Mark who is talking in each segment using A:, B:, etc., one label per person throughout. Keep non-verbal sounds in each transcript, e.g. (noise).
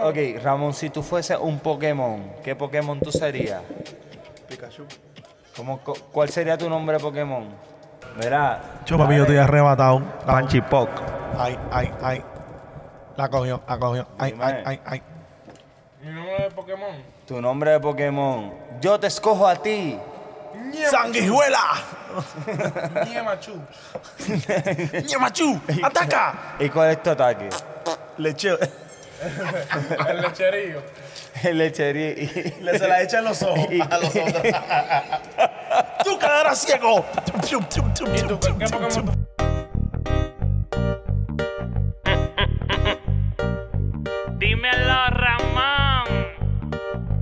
A: Ok, Ramón, si tú fueses un Pokémon, ¿qué Pokémon tú serías?
B: Pikachu.
A: ¿Cómo, co- ¿Cuál sería tu nombre Pokémon? Verá.
C: Yo, papi, yo estoy arrebatado.
D: Panchi Poc.
C: Ay, ay, ay. La cogió, la cogió. Ay,
A: Dime.
C: ay, ay, ay.
B: Mi nombre de Pokémon.
A: Tu nombre de Pokémon. Yo te escojo a ti.
C: ¡Sanguijuela!
B: Niemachu.
C: (laughs) ¡Niemachu! ¡Ataca!
A: ¿Y cuál es tu ataque? (laughs)
C: Lecheo.
B: El lecherío.
A: El lecherí. (laughs)
B: (laughs)
C: Le se la echa en los ojos a los otros. ¡Tú quedarás ciego!
B: ¿Y tú qué Pokémon?
E: Dímelo, Ramón.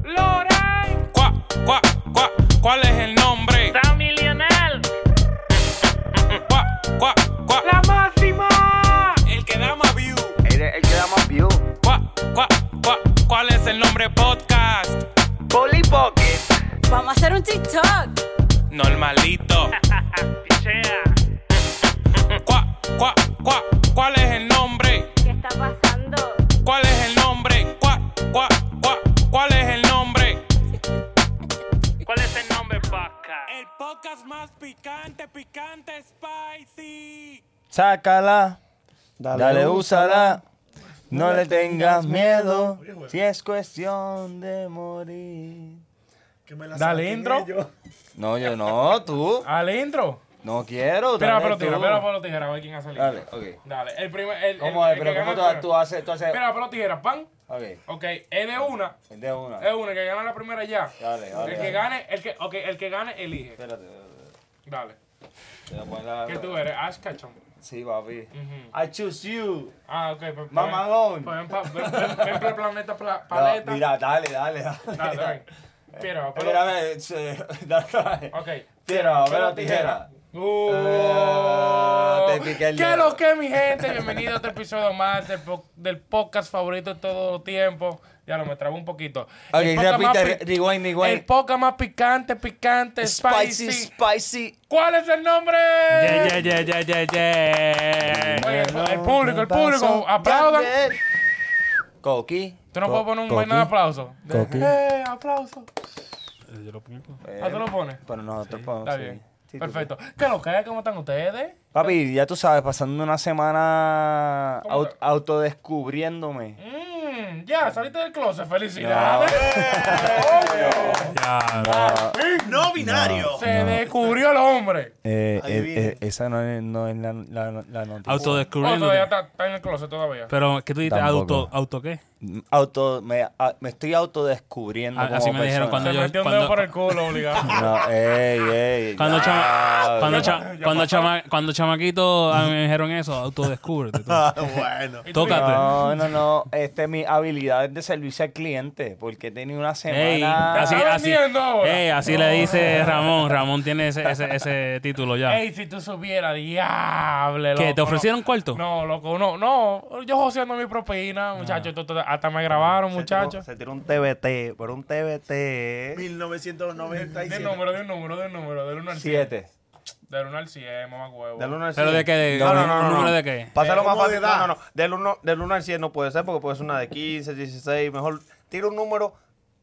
E: Loren.
F: Cuá, cuá, cuá, ¿cuál es el nombre?
E: Sammy Lionel.
F: Cuá, cuá, cuá,
E: La máxima.
F: el que da más view.
D: Eres el que da más view.
F: Cuá, cuá, cuá, ¿cuál es el nombre podcast?
D: Polly Pocket.
G: Vamos a hacer un TikTok.
F: Normalito.
D: (laughs)
E: Pichea.
F: Cuá, cuá, cuá, ¿cuál es el nombre?
G: ¿Qué está pasando?
F: ¿Cuál es el nombre? Cuá, cuá, cuá, ¿cuál es el nombre?
E: ¿Cuál es el nombre, Paca?
F: El podcast más picante, picante, spicy.
A: Sácala. Dale, úsala. No le tengas miedo. Si es cuestión de morir.
B: Dale intro.
A: No, yo no, tú.
B: Al intro.
A: No quiero.
B: Espera,
A: dale
B: pero
A: tú.
B: tira, espera, pero tijera, a ver quién hace el
A: Dale,
B: intro.
A: ok.
B: Dale, el primer. El,
A: ¿Cómo
B: el,
A: es? Pero ¿cómo tú, tú haces? Tú haces...
B: Espera, pero tijera, pan.
A: Ok,
B: Ok, es de una.
A: de una.
B: Es una, el que gana la primera ya.
A: Dale, dale,
B: El
A: dale.
B: que gane, el que, ok, el que gane, elige.
A: Espérate, espérate.
B: Dale.
A: Te voy a poner la-
B: ¿Qué tú eres? Ash Ketchum.
A: Sí, papi. I choose you.
B: Ah, ok. Pues,
A: Mamalón.
B: Pues ven pa- ven- ven- ven pa el planeta pla-
A: No,
B: paleta.
A: mira, dale, dale, dale. (laughs)
B: Dale, dale. Piedra, papel.
A: Espérame, se- (laughs) dale.
B: Ok.
A: Piedra, papel o tijera.
B: Uh,
A: Ah, te piqué el
B: ¿Qué
A: dedo.
B: lo que, mi gente? Bienvenido a otro episodio más del, po- del podcast favorito de todo el tiempo. Ya lo me trabó un poquito.
A: Ok,
B: El podcast más
A: repite,
B: pi-
A: re- rewind, rewind.
B: El podcast más picante, picante, spicy.
A: Spicy, spicy.
B: ¿Cuál es el nombre?
F: Yeah, yeah, yeah, yeah, yeah, yeah.
B: Oye, el, el público, el público, aplaudan.
A: Coqui.
B: Tú no puedes poner un vaina de aplauso. De- ¡Eh, aplauso! ¿Ah, tú lo pones?
A: Pero nosotros podemos.
B: Está
A: Eh. sí.
B: bien.
A: Sí, tú-
B: Perfecto. ¿Qué lo que es? ¿Cómo están ustedes?
A: Papi, ya tú sabes, pasando una semana
B: ¿Cómo
A: aut-
B: te-
A: autodescubriéndome.
B: Mm, ya, saliste del closet. ¡Felicidades! ¡Coño!
C: ¡No binario!
B: Se descubrió el hombre.
A: Eh, eh,
C: Adivina.
A: eh, esa no es, no es la, la- la noticia.
B: Oh, todavía
F: Autodescubriendo.
B: está, está en el closet todavía.
F: Pero, ¿qué tú dices?
A: Tampoco.
F: ¿Auto, auto qué?
A: Auto, me, a- me estoy autodescubriendo.
F: Ah,
A: como
F: así me dijeron
A: persona.
B: Se
F: yo-
B: metió un
F: cuando-
B: dedo por el culo, obligado.
A: No, ey, ey.
F: Cuando,
A: ya.
F: chama- cuando,
B: ya
F: cha-
B: pasó, ya
F: cuando,
B: pasó.
F: chama- cuando chamaquito a mí me dijeron eso, autodescúbrete. tú.
C: (laughs) bueno.
B: (laughs) ¿Y tú,
F: Tócate.
A: No, no, no. Este, mi habilidad es de servicio al cliente. Porque he tenido una
F: Ey,
A: semana.
F: así,
B: ¿Está
F: así,
B: vendiendo ahora?
F: ey, así le dice Ramón. Ramón tiene ese, ese, ese título (laughs) ya.
B: (laughs) Ey, si tú supieras, diable, loco.
F: ¿Qué, te ofrecieron
B: no.
F: cuarto?
B: No, loco, no, no. Yo joseando mi
F: Ah.
B: propina, muchachos. to- to- Hasta me grabaron, muchachos.
D: Se tiró un TBT, por un TBT.
C: 1997.
B: De un número, de un número, de un número, del 1 al 100.
A: Siete.
B: Del 1 al 100, mamá huevo.
D: eh. Del uno al
F: ¿Pero
D: cien.
F: de qué? De-
D: no, no,
F: un
D: no, no,
F: número
D: no.
F: de qué?
D: Pásalo
C: Eh,
D: más
C: ¿cómo
D: fácil.
C: de edad?
D: No, no, no. Del 1 del uno al 100 no puede ser porque puede ser una de 15, 16. Mejor tira un número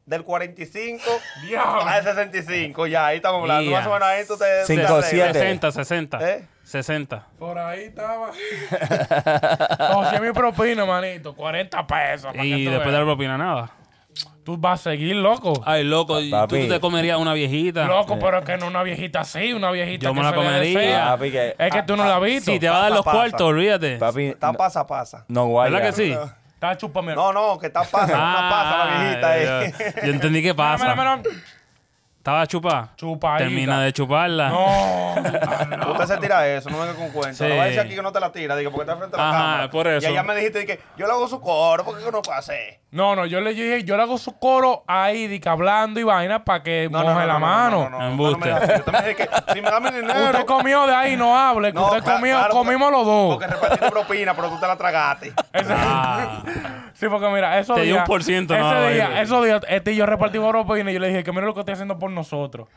D: del 45
B: Diablo.
D: al 65. Ya, ahí estamos hablando.
F: Ya.
D: Más o menos ahí tú te...
A: Cinco,
D: tú te
A: siete.
D: arreglas.
F: 60, 60.
D: ¿Eh?
F: 60.
B: Por ahí estaba. (laughs) Joseé mi propina, manito. 40 pesos. pa' que
F: Y
B: tú
F: después de
B: veas.
F: la propina, nada.
B: Tú vas a seguir, loco.
F: Ay, loco, ¿y ¿tú,
A: Papi.
F: tú te comerías una viejita?
B: Loco, pero es que no una viejita así, una viejita
F: Ah, Yo
B: que
F: me la
B: se le
F: comería.
B: desea.
A: Papi, que-
B: Es que tú no la has visto.
F: Si te va a dar los
D: Pasa, pasa.
F: cuartos, olvídate.
A: Papi,
D: Está
A: no-
D: pasa, pasa.
A: no guaya.
F: ¿Verdad que sí?
B: Está chupame.
D: No, no, que está pasa. eh. Una pasa
F: Ah,
D: la viejita ahí.
F: yo, yo entendí que
B: Mira, mira,
F: pasa.
B: mira.
F: Estaba chupada.
B: Chupadita.
F: Termina de chuparla.
B: No.
D: (laughs) Usted se tira eso, no venga con cuentos.
F: Sí.
D: No va a decir aquí que no te la tira, digo, porque está frente a la
F: Ajá,
D: cámara.
F: por eso.
D: Y ella me dijiste, que yo le hago su coro, porque no puedo hacer.
B: No, no, yo le dije, yo le hago su coro ahí, dic, hablando y vaina para que
D: No,
B: moje
D: no, no,
B: la
D: no,
B: mano.
D: No, no, no, no, no,
F: Embuste.
D: me digas así. Yo también dije que si me da mi dinero.
B: Usted comió de ahí, no hable, que
D: No,
B: usted
D: cla-
B: comió,
D: claro,
B: comimos los dos.
D: Porque repartiste propina, pero tú te la (laughs) tragaste.
B: Ese-
F: Ah.
B: (laughs) Sí, porque mira, esos
F: Te di un
B: días-
F: por ciento,
B: ese
F: no,
B: día,
F: baby.
B: esos días, este y yo repartimos propina y yo le dije que mira lo que estoy haciendo por nosotros.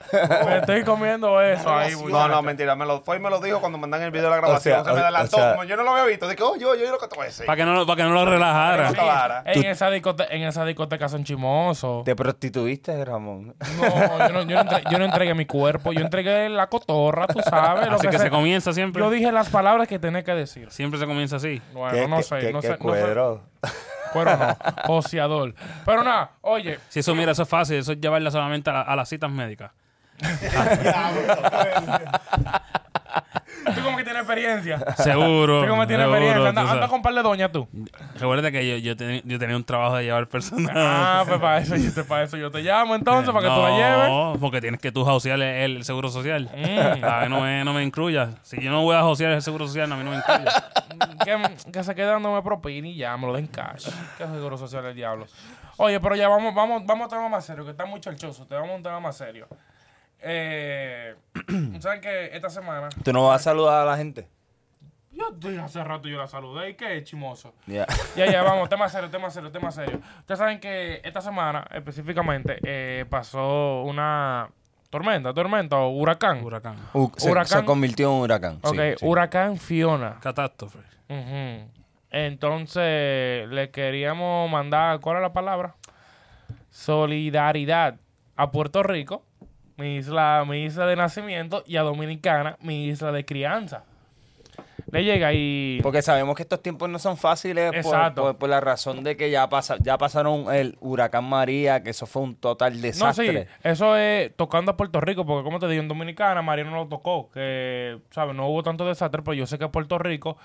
B: Me estoy comiendo eso ahí,
D: No, no,
B: muchacho.
D: mentira. Me lo fue y me lo dijo cuando mandan el video de la grabación.
A: O sea,
D: se me
A: o-
D: adelantó.
A: o sea-
D: como yo no lo había visto, dije, oh, yo, yo, yo lo que te voy a decir.
F: Para que no, lo- pa' que no lo relajara.
D: Esta vara.
B: En esa de discote- en esa discoteca son chimosos.
A: Te prostituiste, Ramón.
B: No, yo no, yo no entre- yo no entregué mi cuerpo, yo entregué la cotorra, tú sabes. lo
F: Así que
B: sea.
F: se comienza siempre.
B: Yo dije las palabras que tenés que decir.
F: Siempre se comienza así.
B: Bueno,
A: ¿Qué-
B: no
A: qué-
B: sé,
A: qué-
B: no
A: qué
B: sé. no sé. (laughs)
A: cuero?
B: Cuero no, joseador. Pero nada, oye,
F: Si eso, mira, eso es fácil. Eso es llevarla solamente a, la- a las citas médicas.
B: tú como que tienes experiencia.
F: Seguro.
B: Tú como que tienes
F: seguro,
B: experiencia. Anda,
F: tú
B: anda
F: sabes.
B: con par de doña tú.
F: Recuerda que yo, yo, ten- yo tenía un trabajo de llevar personas.
B: Ah, pues para eso, yo te, para eso yo te llamo entonces, para que tú la lleves.
F: Eh, No, porque tienes que tú josear el, el seguro social. A mí no me, no me incluyas. Si yo no voy a josear el seguro social, no, a mí no me incluyas.
B: que, que se quede dándome propina y ya me lo den cash. Qué seguro social el diablo. Oye, pero ya vamos, vamos, vamos a un tema más serio, que está muy chalchoso. Te vamos a un tema más serio. Eh, (clears throat) ¿Saben que esta semana?
A: ¿Tú no vas a saludar a la gente?
B: Yo dije hace rato yo la saludé y qué chimoso. (laughs)
A: Ya.
B: Ya, ya, vamos, tema serio, tema serio, tema serio. Ustedes saben que esta semana específicamente eh, pasó una tormenta, tormenta o huracán.
F: Huracán.
A: U- se,
B: Huracán.
A: se convirtió en un huracán. sí,
B: Ok,
A: sí.
B: huracán Fiona.
F: Catástrofe.
B: Ujú. Entonces, le queríamos mandar, ¿cuál es la palabra? Solidaridad a Puerto Rico, mi isla, mi isla de nacimiento, y a Dominicana, mi isla de crianza. Le llega y...
A: Porque sabemos que estos tiempos no son fáciles por-
B: Exacto.
A: Por, por la razón de que ya, pasa, ya pasaron el huracán María, que eso fue un total
B: No, sí,
A: desastre.
B: eso es tocando a Puerto Rico, porque como te digo, en Dominicana María no lo tocó, que, ¿sabes? No hubo tanto desastre, pero yo sé que Puerto Rico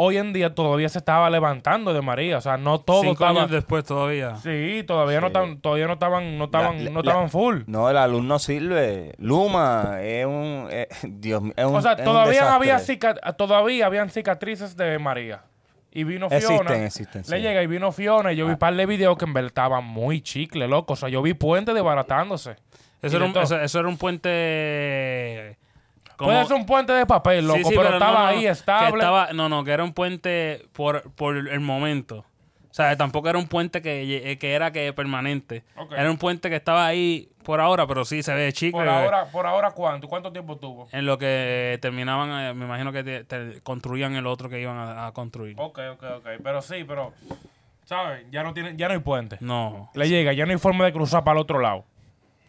B: hoy en día todavía se estaba levantando de María, o sea, no todo
F: Cinco
B: estaba...
F: años después todavía.
B: Sí, todavía no estaban, todavía no estaban, no estaban,
A: la-
B: no estaban full.
A: No, el alumno sirve. Luma es un... eh, (laughs) Dios mío, es un-
B: o sea,
A: es un
B: todavía había
A: desastre.
B: cica- todavía habían cicatrices de María. Y vino Fiona.
A: Existen, existen,
B: Le
A: sí. Ah.
B: llega y vino Fiona y yo vi un par de videos que en verdad estaban muy chicle, loco. O sea, yo vi puentes desbaratándose.
F: Eso
B: Y
F: era,
B: de
F: un,
B: todo.
F: eso, eso era un puente. como-
B: Puede ser un puente de papel, loco,
F: Sí, sí,
B: pero,
F: no,
B: estaba
F: no,
B: ahí
F: que
B: estable.
F: estaba- no, no, que era un puente por, por el momento. O sea, tampoco era un puente que, lle- eh, que era que permanente.
B: Ok.
F: Era un puente que estaba ahí por ahora, pero sí se ve chico.
B: por ahora, por ahora cuánto, cuánto tiempo tuvo.
F: En lo que terminaban, eh, me imagino que te- te construían el otro que iban a, a construir.
B: Ok, ok, ok. Pero sí, pero, ¿sabes? Ya no tienen, ya no hay puente.
F: No.
B: Le llega, ya no hay forma de cruzar para el otro lado.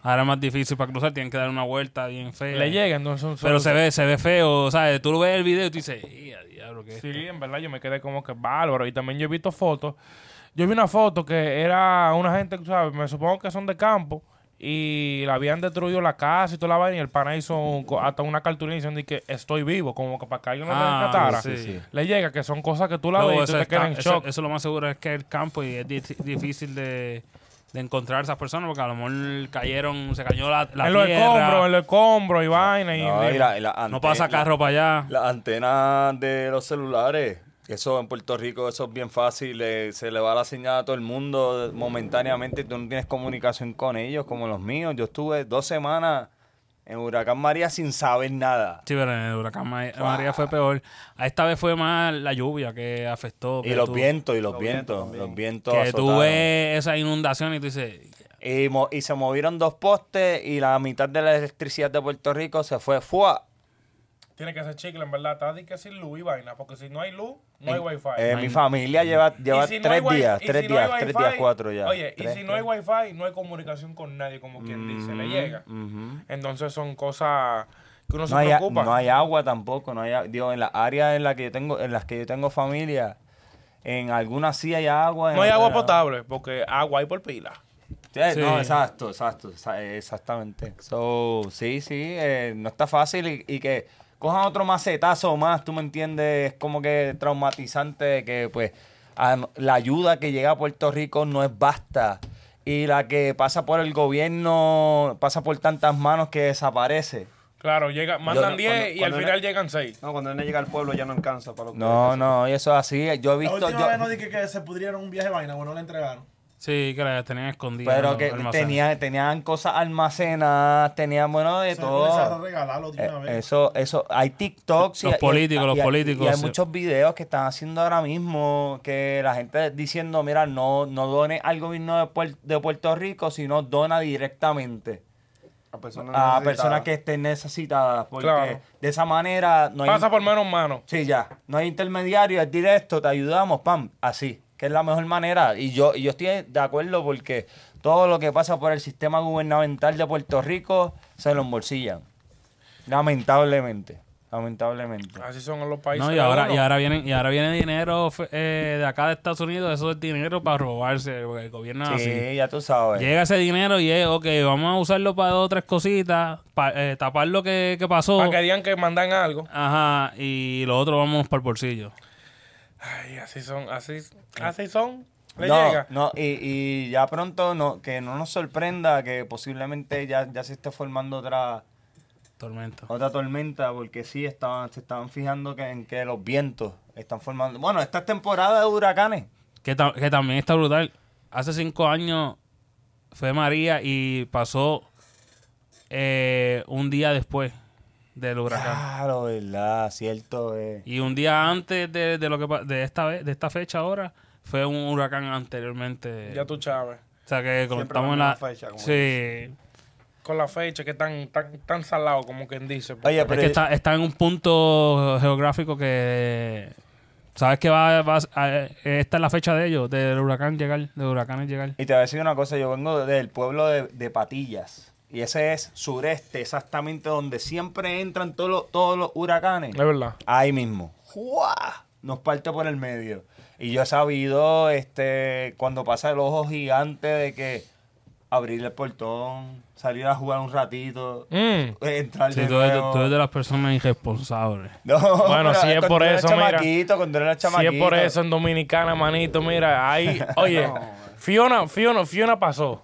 F: Ahora es más difícil para cruzar, tienen que dar una vuelta bien fea.
B: Le llega, entonces un
F: Pero
B: solo-
F: se ve, se ve feo, ¿sabes? Tú lo ves el video y tú dices, "Ey, a diablo, ¿qué es
B: Sí, en verdad yo me quedé como que bárbaro. Y también yo he visto fotos. Yo vi una foto que era una gente, tú ¿sabes? Me supongo que son de campo. Y la habían destruido la casa y toda la vaina. Y el pana hizo un co- hasta una cartulina diciendo que estoy vivo. Como que para que alguien no
F: Ah,
B: te rescatara.
F: sí, sí.
B: Le llega que son cosas que tú la
F: Luego,
B: ves y
F: eso
B: tú te
F: es
B: quedas
F: ca-
B: en
F: eso-
B: shock.
F: eso lo más seguro es que es el campo y es di- difícil de, de encontrar a esas personas porque a lo mejor cayeron, se cayó la, la
B: en los
F: tierra,
B: escombros, en los escombros y vaina. Y,
A: No,
B: y-
A: y la- y la
F: no
A: ante-
F: pasa
A: la-
F: carro para allá.
A: Las antenas de los celulares, eso en Puerto Rico, eso es bien fácil, eh, se le va la señal a todo el mundo momentáneamente, tú no tienes comunicación con ellos como los míos. Yo estuve dos semanas en Huracán María sin saber nada.
F: Sí, pero en el huracán Ma- María fue peor. A Esta vez fue más la lluvia que afectó.
A: Y
F: que
A: los
F: tú-
A: vientos, y los,
D: Los vientos
A: vientos,
D: también.
A: los vientos.
F: Que tú
A: azotaron.
F: ves esa inundación y tú dices,
A: Y, mo- y se movieron dos postes y la mitad de la electricidad de Puerto Rico se fue. ¡Fua!
B: Tiene que ser chicle, en verdad. Está di que sin luz y vaina. Porque si no hay luz, no hay wifi.
A: Eh, mi familia lleva, lleva
B: Y si no hay
A: tres
B: wi-
A: días,
B: y
A: tres
B: si no hay
A: días, tres
B: wifi,
A: días, cuatro ya.
B: Oye,
A: Tres, Mm-hmm,
B: y si no hay wifi, no hay comunicación con nadie, como quien dice, le llega. Entonces son cosas que uno se
A: no hay, a-
B: preocupa.
A: no hay agua tampoco, no hay a- digo, en las áreas en las que yo tengo, en las que yo tengo familia, en algunas sí hay agua. en
B: No hay agua
A: otras
B: potable, porque agua hay por pila.
A: Sí,
F: Sí.
A: No, exacto, exacto, exa- eh, exactamente. So, sí, sí, eh, no está fácil y, y que cojan otro macetazo más, tú me entiendes, es como que traumatizante de que pues a no- la ayuda que llega a Puerto Rico no es basta y la que pasa por el gobierno pasa por tantas manos que desaparece.
B: Claro, llega, mandan
D: cuando-
B: 10 y al
D: cuando
B: final
D: era-
B: llegan 6.
D: No, cuando él llega al pueblo ya no alcanza para lo que
A: No, no, y eso es así, yo he
C: La
A: visto...
C: última
A: yo-
C: vez no dije que se pudrieron un viaje de vaina, bueno, la entregaron.
F: sí, que la tenían escondida. en
A: Pero
F: los
A: que
F: almacenes.
A: tenía, tenían cosas almacenadas, tenían, bueno, de
C: Se comenzaron a
A: todo.
C: regalarlo de
A: Eh,
C: una vez.
A: Eso, eso, hay TikToks. y-
F: Los
A: y-
F: políticos,
A: y-
F: los
A: y-
F: políticos,
A: Y hay
F: sí.
A: muchos videos que están haciendo ahora mismo que la gente diciendo, mira, no, no done al gobierno de, Puer- de Puerto Rico, sino dona directamente
D: A personas
A: a
D: necesitadas.
A: personas que estén necesitadas. Porque
B: Claro.
A: de esa manera no hay...
B: Pasa por menos manos.
A: Sí, ya. No hay intermediario, es directo, te ayudamos, pam, así. que es la mejor manera. Y yo, y yo estoy de acuerdo porque todo lo que pasa por el sistema gubernamental de Puerto Rico se lo embolsillan. Lamentablemente. Lamentablemente.
B: Así son los países.
F: No, y
B: de
F: ahora,
B: uno.
F: y ahora viene, y ahora viene dinero fe- eh, de acá de Estados Unidos, eso es dinero para robarse, porque el gobierno es así.
A: Sí, pues. ya tú sabes.
F: Ah, Llega ese dinero y es, ok, vamos a usarlo para dos o tres cositas, pa- eh, tapar lo que, que pasó.
B: Para que digan que mandan algo.
F: Ajá, y lo otro vamos para el bolsillo.
B: Ay, así son, así, así son. Le
A: no,
B: llega.
A: no, y, y ya pronto no, que no nos sorprenda que posiblemente ya, ya se esté formando otra,
F: Tormento.
A: otra tormenta, porque sí estaban, se estaban fijando que, en que los vientos están formando. Bueno, esta es temporada de huracanes.
F: Que, ta- que también está brutal. Hace cinco años fue María y pasó eh, un día después del huracán.
A: Claro, verdad, cierto. eh.
F: Y un día antes de, de lo que pa- de esta vez, de esta fecha ahora, fue un huracán anteriormente.
B: Ya tú sabes.
F: O sea que como
D: Siempre
F: estamos
D: la
F: en la.
D: misma fecha, como
F: sí.
B: Con la fecha que tan, tan, tan salado, como quien dice.
A: Oye,
F: Es
A: pero
F: que está, está en un punto geográfico que. ¿Sabes que va, va a- Esta es la fecha de ellos, del huracán llegar, de huracanes llegar.
A: Y te voy a decir una cosa, yo vengo del pueblo de, de Patillas. Y ese es sureste, exactamente donde siempre entran todos los, todos los huracanes.
B: Es verdad.
A: Ahí mismo. ¡Jua! Nos parte por el medio. Y yo he sabido, este, cuando pasa el ojo gigante de que abrir el portón, salir a jugar un ratito,
B: Mm.
A: entrar
F: Sí,
A: de
F: tú, eres,
A: nuevo.
F: tú eres de las personas irresponsables.
A: (laughs) No,
B: Bueno,
A: pero
B: si es
A: cuando
B: por
A: era
B: eso, mira.
A: chamaquito, Cuando era
B: Si
A: chamaquito.
B: es por eso en Dominicana, manito, mira, ahí, oye, Fiona, Fiona, Fiona pasó.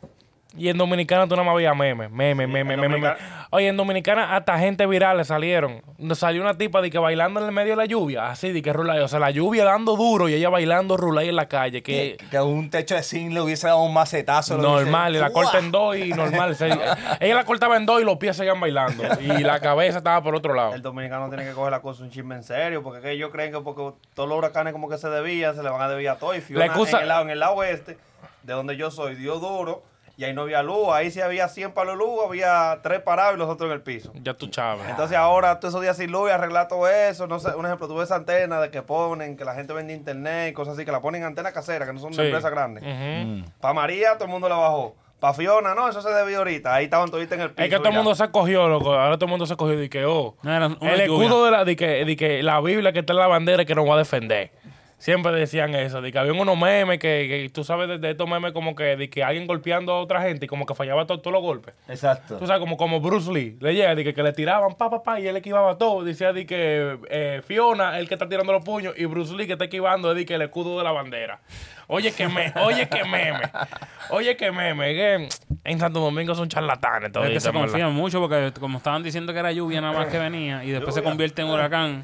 B: Y en Dominicana tú nada más veías memes, memes, memes, memes, memes. Oye, en Dominicana hasta gente viral le salieron. Nos Salió una tipa de que bailando en el medio de la lluvia, así de que rulay, o sea, la lluvia dando duro y ella bailando rulay en la calle,
A: Que,
B: que
A: que un techo de zinc le hubiese dado un macetazo. le hubiese-
B: normal, y la
A: ¡Fua!
B: corta en dos y normal. se- ella la cortaba en dos y los pies seguían bailando y la cabeza estaba por otro lado.
D: El dominicano tiene que coger la cosa un chisme en serio, porque que ellos creen que porque todos los huracanes como que se debían, se le van a debir a todo. Y Fiona,
B: La excusa-
D: en, el lado, en el lado oeste, de donde yo soy, dio duro, y ahí no había luz. Ahí sí había 100 palos de luz, había tres parados y los otros en el piso.
B: Ya tú sabes.
D: Entonces ahora todos esos días sin luz y arreglar todo eso. No sé, un ejemplo, tuve esa antena de que ponen, que la gente vende internet y cosas así, que la ponen en antena casera, que no son de
B: Sí.
D: empresas grandes.
B: Ujú.
D: Para María, todo el mundo la bajó. Para Fiona, no, eso se debió ahorita. Ahí estaban toditas en el piso.
B: Es que todo el
D: ya.
B: mundo se cogió, loco. Ahora todo el mundo se cogió de que, oh,
F: No, era una
B: el escudo
F: lluvia.
B: de la, de que, de que la Biblia que está en la bandera es que nos va a defender. Siempre decían eso, de que habían unos memes que, que tú sabes de, de estos memes como que, de que alguien golpeando a otra gente y como que fallaba to- todos los golpes.
A: Exacto.
B: Tú sabes, como, como Bruce Lee, le llega, de que, que le tiraban pa, pa, pa, y él esquivaba todo. Decía de que eh, Fiona, el que está tirando los puños, y Bruce Lee que está esquivando, es de que el escudo de la bandera. Oye, que me, oye, que meme. Oye, que meme. que en Santo Domingo son charlatanes
F: Es
B: todavía.
F: que se
B: en verdad.
F: confían mucho porque como estaban diciendo que era lluvia nada más que venía y después se convierte en huracán,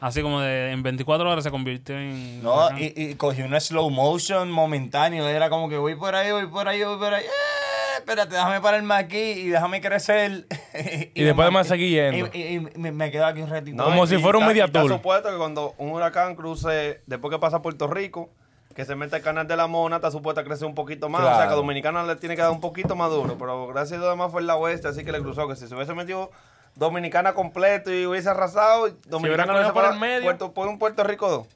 F: así como de en 24 horas se convirtió en
A: No,
F: huracán.
A: y, y cogió un slow motion momentáneo. Era como que voy por ahí, voy por ahí, voy por ahí. Eh, espérate, déjame pararme aquí y déjame crecer. (laughs)
B: Y después
A: me-
B: me seguí yendo.
A: Y, y- y me, me quedo aquí un ratito.
D: No,
B: Como
D: y-
B: si
D: y
B: fuera un
D: está- y
B: media
D: está
B: tour.
D: supuesto que cuando un huracán cruce, después que pasa Puerto Rico, que se mete el canal de la Mona, está supuesto a crecer un poquito más. O sea, que
A: Claro.
D: a Dominicana le tiene que dar un poquito más duro. Pero gracias a Dios, además fue en la oeste, así que le cruzó. Que si se hubiese metido Dominicana completo y hubiese arrasado,
B: hubiera
D: Dominicana
B: cogido
D: hubiese
B: por el
D: pa-
B: medio.
D: Puerto, por un Puerto Rico 2.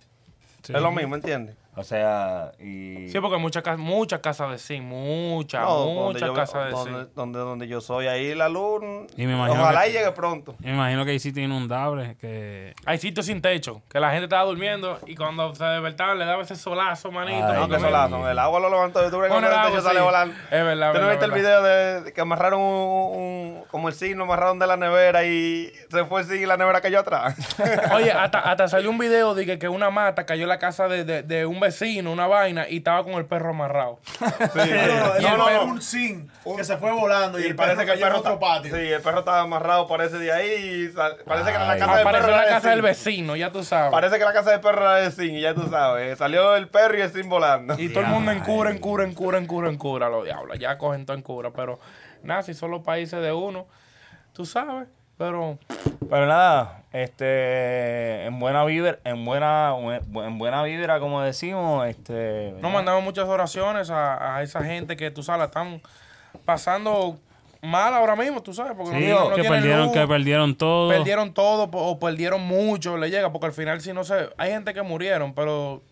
D: Es lo mismo, ¿entiendes?
A: O sea, y.
B: Sí, porque muchas casas, muchas casas de zinc, muchas,
D: No, donde
B: muchas
D: yo-
B: casas de
D: donde,
B: zinc.
D: donde, donde yo soy, ahí la luz.
F: Y me imagino
D: ojalá
F: que-
D: y llegue pronto.
F: Me imagino que hay sitios inundables que
B: Hay sitios sin techo, que la gente estaba durmiendo y cuando se despertaban le daba ese solazo, manito.
A: Ay,
D: No,
B: porque
D: que
A: Dios
B: me-
A: mío.
D: solazo. El agua lo levantó. Yo tuve que
B: Bueno, el
D: el
B: agua,
D: techo sale
B: sí.
D: volar.
B: Es verdad,
D: ¿Tú no
B: verdad,
D: viste el video de, de que amarraron un, un- como el signo, amarraron de la nevera y se fue el signo y la nevera cayó atrás?
B: (laughs) Oye, hasta, hasta salió un video de que, que una mata cayó en la casa de, de- de un vecino, una vaina, y estaba con el perro amarrado.
A: (laughs)
C: Y
B: No,
C: el
B: no,
C: perro,
B: no.
C: un zinc que se fue volando (laughs) y, el parece que el perro
D: está-
C: otro patio.
D: Sí, el perro estaba amarrado, parece de ahí. y sal- parece que era la
A: Ay.
D: casa del perro.
B: Apareció en la
D: era de
B: casa del
D: zinc.
B: vecino, ya tú sabes.
D: Parece que la casa del perro era de zinc, y ya tú sabes. Salió el perro y el zinc volando.
B: Y todo el mundo en cura, en cura, en cura, en cura, en cura, los diablos. Ya cogen todo en cura, pero nada, si son los países de uno, tú sabes, pero...
A: Pero nada, este. En buena vibra, en buena, en buena vibra, como decimos, este.
B: Nos mandamos muchas oraciones a, a esa gente que tú sabes, la están pasando mal ahora mismo, tú sabes, porque
A: Sí,
B: no- no
F: que
B: tienen
F: perdieron
B: luz,
F: que perdieron todo.
B: perdieron todo po- o perdieron mucho, le llega, porque al final si no sé, hay gente que murieron, pero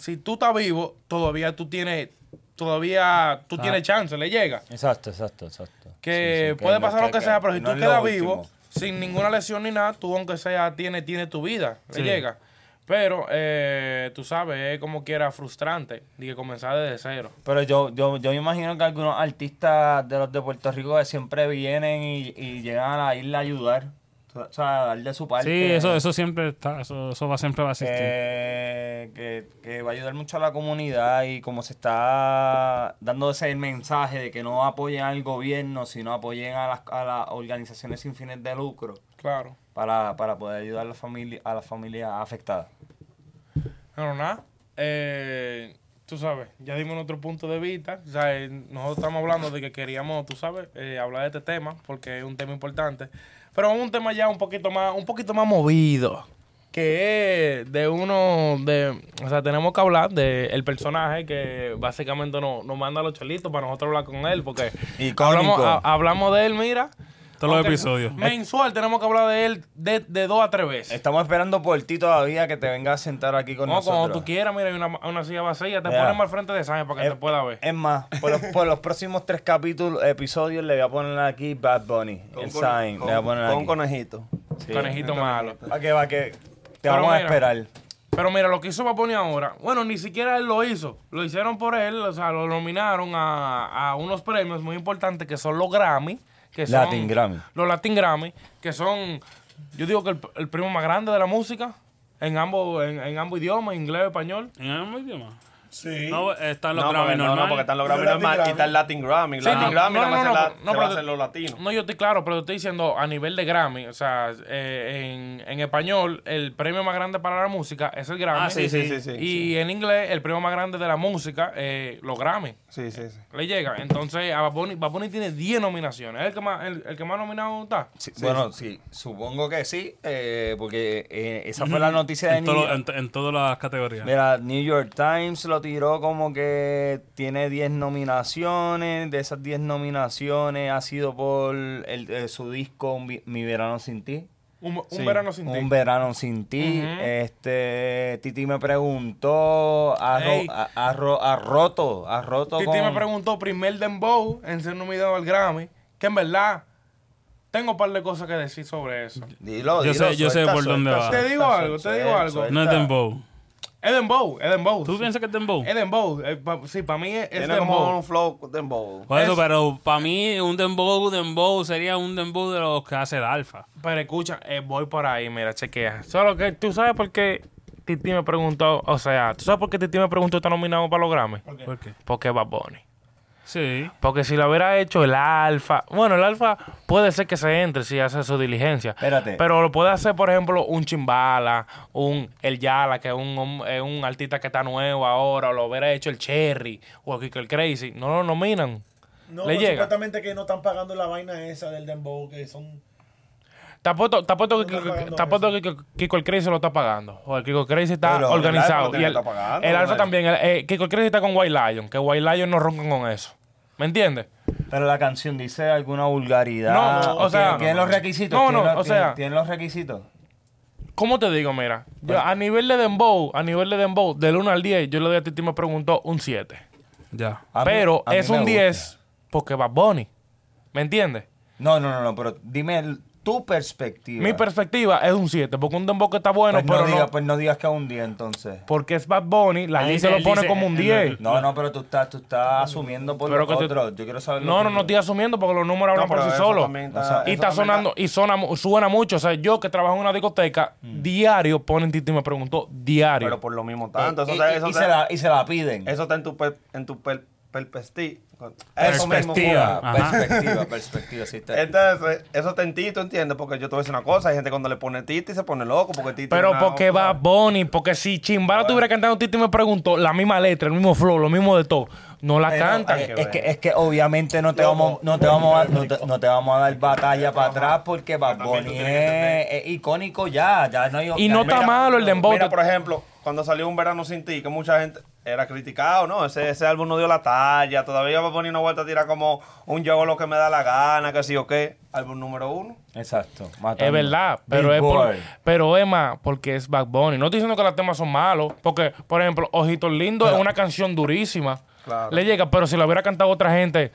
B: si tú estás vivo, todavía tú tienes, todavía tú tienes chance, le llega.
A: Exacto, exacto, exacto.
B: Que
A: Ah. Sí, sí, no-
B: puede pasar lo que, sea, pero si
A: no
B: tú
A: es lo
B: quedas
A: último.
B: vivo, sin ninguna lesión ni nada, tú aunque sea, tienes tiene tu vida, le
F: Sí.
B: llega. Pero, eh, tú sabes, es como quiera frustrante, de que comenzar desde cero.
A: Pero yo, yo, yo me imagino que algunos artistas de los de Puerto Rico que siempre vienen y, y llegan a la isla a ayudar. O sea, a darle su parte. Eh,
F: Sí, eso, eso siempre está, eso, eso va, siempre va a existir.
A: que, que, que va a ayudar mucho a la comunidad y como se está dando ese mensaje de que no apoyen al gobierno, sino apoyen a las, a las organizaciones sin fines de lucro
B: Claro.
A: para, para poder ayudar a la familia, a la familia afectada.
B: Pero nada, eh, tú sabes, ya dimos nuestro punto de vista. O sea, eh, nosotros estamos hablando de que queríamos, tú sabes, eh, hablar de este tema, porque es un tema importante. Pero un tema ya un poquito más, un poquito más movido. Que es de uno de. O sea, tenemos que hablar del personaje que básicamente nos, nos manda los chelitos para nosotros hablar con
F: (laughs)
B: él. Porque
A: Icónico.
B: hablamos, ha- hablamos de él, mira.
F: Todos los
B: aunque
F: episodios.
B: Mensual tenemos que hablar de él de, de dos a tres veces.
A: Estamos esperando por ti todavía que te vengas a sentar aquí con
B: No,
A: nosotros. Eh,
B: cuando tú quieras, mira, hay una, una silla vacía, te
A: Ya.
B: ponemos al frente de Sánchez para que
A: Es-
B: te pueda ver.
A: Es más, por los, por los próximos tres capítulos, episodios, le voy a poner aquí Bad Bunny, el sign. le voy a poner
D: con un
A: aquí.
D: conejito.
A: Sí.
B: Conejito malo.
A: Va que va que. Te
B: Pero
A: vamos a
B: mira.
A: esperar.
B: Pero mira, lo que hizo Paponi ahora, bueno, ni siquiera él lo hizo. Lo hicieron por él, o sea, lo nominaron a, a unos premios muy importantes que son los Grammy. Que son-
A: Latin Grammy.
B: Los Latin Grammy, que son, yo digo que el, el premio más grande de la música, en ambos, en, en ambos idiomas, inglés y español.
F: ¿En algún idioma?
C: Sí.
F: No, están los
D: No,
F: Grammy
D: porque, no,
F: normal.
D: no, porque están los Grammy
C: Los Latin
D: normal y
C: Grammy.
D: está el Latin Grammy.
B: Sí,
D: Latin
B: no,
D: Grammy
B: no,
D: no,
B: no,
D: no,
B: no,
D: la,
B: no,
D: se va
B: pero-
D: a hacer los latinos.
B: No, yo estoy claro, pero te estoy diciendo a nivel de Grammy. O sea, eh, en, en español, el premio más grande para la música es el Grammy.
F: Ah, sí, sí,
D: sí, sí,
B: y en inglés, el premio más grande de la música, eh, los Grammy.
D: Sí, sí, sí.
B: Le llega. Entonces, a Bad Bunny, Bad Bunny tiene 10 nominaciones. Es el que más, el, el que más nominado está.
A: Sí, bueno, sí, supongo que sí, eh, porque eh, esa fue la noticia de
F: Mm, en, todo-
A: New,
F: en, en todas las categorías.
A: Mira, New York Times lo tiró como que tiene 10 nominaciones, de esas 10 nominaciones ha sido por el, eh, su disco Mi, Mi verano sin ti.
B: Un, un
A: Sí,
B: verano sin ti.
A: Un verano sin ti.
B: Ujú.
A: Este, Titi me preguntó, ha, ro-
B: Ey.
A: ha- ha ro- ha roto, ha roto
B: Titi
A: con-
B: me preguntó, primer dembow en ser nominado al Grammy, que en verdad tengo un par de cosas que decir sobre eso.
A: Dilo,
F: Yo
A: dilo,
F: sé- yo sé
A: suelta,
F: por dónde
A: suelta,
F: va.
A: suelta,
B: Te digo
A: suelta,
B: algo, te
A: suelta,
B: digo algo.
A: suelta.
F: no es Dembow.
B: Es dembow, es dembow.
F: ¿Tú
B: Sí.
F: piensas que es Dembow?
B: Es dembow. Eh, pa- sí, para mí es, es
D: Tiene como
B: dembow.
D: un flow dembow.
F: Por eso,
B: es-
F: pero para mí un Dembow, Dembow sería un Dembow de los que hace el Alfa.
B: Pero escucha, eh, voy por ahí, mira, chequea. Solo que tú sabes por qué Titi me preguntó, o sea, tú sabes por qué Titi me preguntó está nominado para los Grammy.
F: ¿Por qué?
B: Porque es Bad Bunny.
F: Sí.
B: Porque si lo hubiera hecho el Alfa, bueno, el Alfa puede ser que se entre si hace su diligencia.
A: Espérate.
B: Pero lo puede hacer, por ejemplo, un Chimbala, un El Yala, que es un, hom- es un artista que está nuevo ahora, o lo hubiera hecho el Cherry, o el Kiko el Crazy. No lo nominan.
C: No,
B: Le
C: pues,
B: llega.
C: supuestamente que no están pagando la vaina esa del dembow, que son...
B: Te apuesto, te apuesto
C: No está
B: que,
C: pagando
B: te apuesto que Kiko- Kiko el Crazy lo está pagando. O el Kiko el Crazy está
A: Pero el
B: organizado.
D: Alfa lo
B: y
D: tiene
B: el,
D: que estar pagando,
B: el Alfa
D: ¿no?
B: también. El- eh, Kiko el Crazy está con White Lion, que White Lion no roncan con eso. ¿Me entiendes?
A: Pero la canción dice alguna vulgaridad.
B: No, o
A: ¿Tiene,
B: sea-
A: tiene los requisitos.
B: No,
A: tiene
B: no,
A: los-
B: o sea-
A: tiene- tiene los requisitos.
B: ¿Cómo te digo? Mira,
A: Pues
B: yo a nivel de Dembow, a nivel de Dembow, del 1 al 10, yo le doy a Titi me preguntó un 7.
F: Ya.
A: A mí-
B: Pero
A: a mí
B: es
A: me
B: un
A: gusta.
B: 10 porque Bad Bunny. ¿Me entiendes?
A: No, no, no, no, pero dime el- tu perspectiva.
B: Mi perspectiva es un 7, porque un Dembow que está bueno,
A: Pues no,
B: pero no,
A: diga- pues no digas que es un día entonces.
B: porque es Bad Bunny, la
F: Él
B: gente
F: dice-
B: lo
F: él
B: pone
F: dice-
B: como un
F: él-
B: 10.
A: No, no, pero tú estás, tú estás asumiendo por
B: Pero
A: los
B: que tú-
A: otros. Yo quiero saber. lo
B: No, no, no
A: tuyo.
B: estoy asumiendo porque los números hablan
D: No, pero
B: por sí
D: eso
B: solos.
D: también está-
B: Y
D: eso
B: está
D: también
B: sonando, y suena, mu- suena mucho. O sea, yo que trabajo en una discoteca, diario ponen Titi me preguntó, diario.
D: Pero por lo mismo tanto. Eso
A: Eh, y,
D: está-
A: y-
D: eso
A: y
D: está-
A: se la, y se la piden.
D: eso está en tu per- en tu per- perpesti- Eso mismo.
F: Perspectiva.
A: Ah,
F: Ajá.
A: Perspectiva, perspectiva, sí está.
D: (laughs) Entonces, eso está en ti, tú entiendes, porque yo te voy a decir una cosa, hay gente cuando le pone Titi se pone loco, porque Titi...
B: Pero
D: es una-
B: porque va Bonnie, porque si Chimbala tuviera cantando Titi me preguntó, la misma letra, el mismo flow, lo mismo de todo, no la
A: Pero,
B: cantan.
A: eh, es, que, es que obviamente no te
C: Loco,
A: vamos, no te
C: no,
A: vamos a,
C: no,
A: no te, no te vamos a dar batalla para atrás porque Bad
D: también tú
A: Bunny
D: tienes que
A: es, es icónico ya, ya no hay
B: Y no
A: ya-
B: está mal. malo el dembow.
D: Mira, por ejemplo, cuando salió Un Verano Sin Ti, que mucha gente... era criticado, ¿no? Ese, ese álbum no dio la talla. Todavía va a poner una vuelta a tirar como un yo hago lo que me da la gana, que sí o qué. Álbum número uno.
A: Exacto.
B: Es
A: matando.
B: verdad, pero es, por,
A: Billboard.
B: pero es más porque es Bad Bunny. No estoy diciendo que los temas son malos, porque, por ejemplo, Ojitos Lindos es una canción durísima.
D: Claro.
B: Le llega, pero si la hubiera cantado otra gente,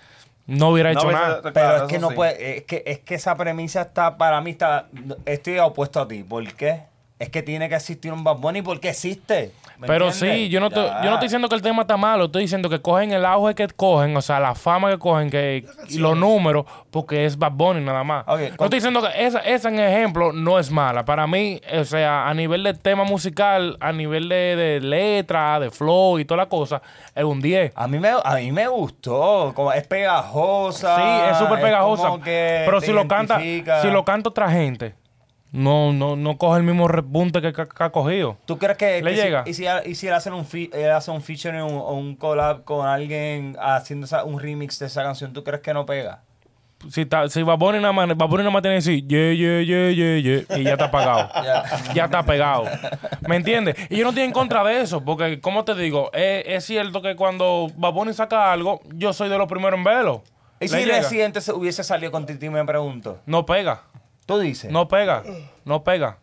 B: no hubiera
D: No
B: hecho
D: hubiese-
B: nada.
A: Pero
D: Claro,
A: es que
D: eso
A: no
D: sí.
A: puede, es que, es que esa premisa está, para mí está, estoy opuesto a ti. ¿Por qué? Es que tiene que existir un Bad Bunny porque existe. ¿me
B: Pero
A: entiendes?
B: sí, yo no, te-
A: Ya.
B: yo no estoy diciendo que el tema está malo, estoy diciendo que cogen el auge que cogen, o sea, la fama que cogen, que y los números, porque es Bad Bunny nada más.
A: Ok,
B: no
A: con-
B: estoy diciendo que esa, esa en ejemplo no es mala. Para mí, o sea, a nivel de tema musical, a nivel de, de letra, de flow y toda la cosa, es un 10.
A: A mí me, a mí me gustó, como es pegajosa.
B: Sí, es súper pegajosa.
A: como que
B: Pero
A: te
B: si lo canta,
A: identifica.
B: si lo canta otra gente, no, no, no coge el mismo repunte que, que- que ha cogido.
A: ¿Tú crees que,
B: Le
A: que si-
B: llega.
A: y si, y si él hace un fi- él hace un feature o un collab con alguien haciendo esa- un remix de esa canción, ¿tú crees que no pega?
B: Si, está, si Bad Bunny nada más, Bad Bunny nada más tiene que decir, yeah, yeah, yeah, yeah, yeah, y ya está pagado. ya está pegado. ¿Me entiendes? Y yo no estoy en contra de eso, porque, como te digo, es, es cierto que cuando Bad Bunny saca algo, yo soy de los primeros en verlo.
A: ¿Y
B: Le
A: si
B: llega.
A: Residente se- hubiese salido con Titi, me pregunto?
B: No pega.
A: ¿Tú dices?
B: No pega. No pega.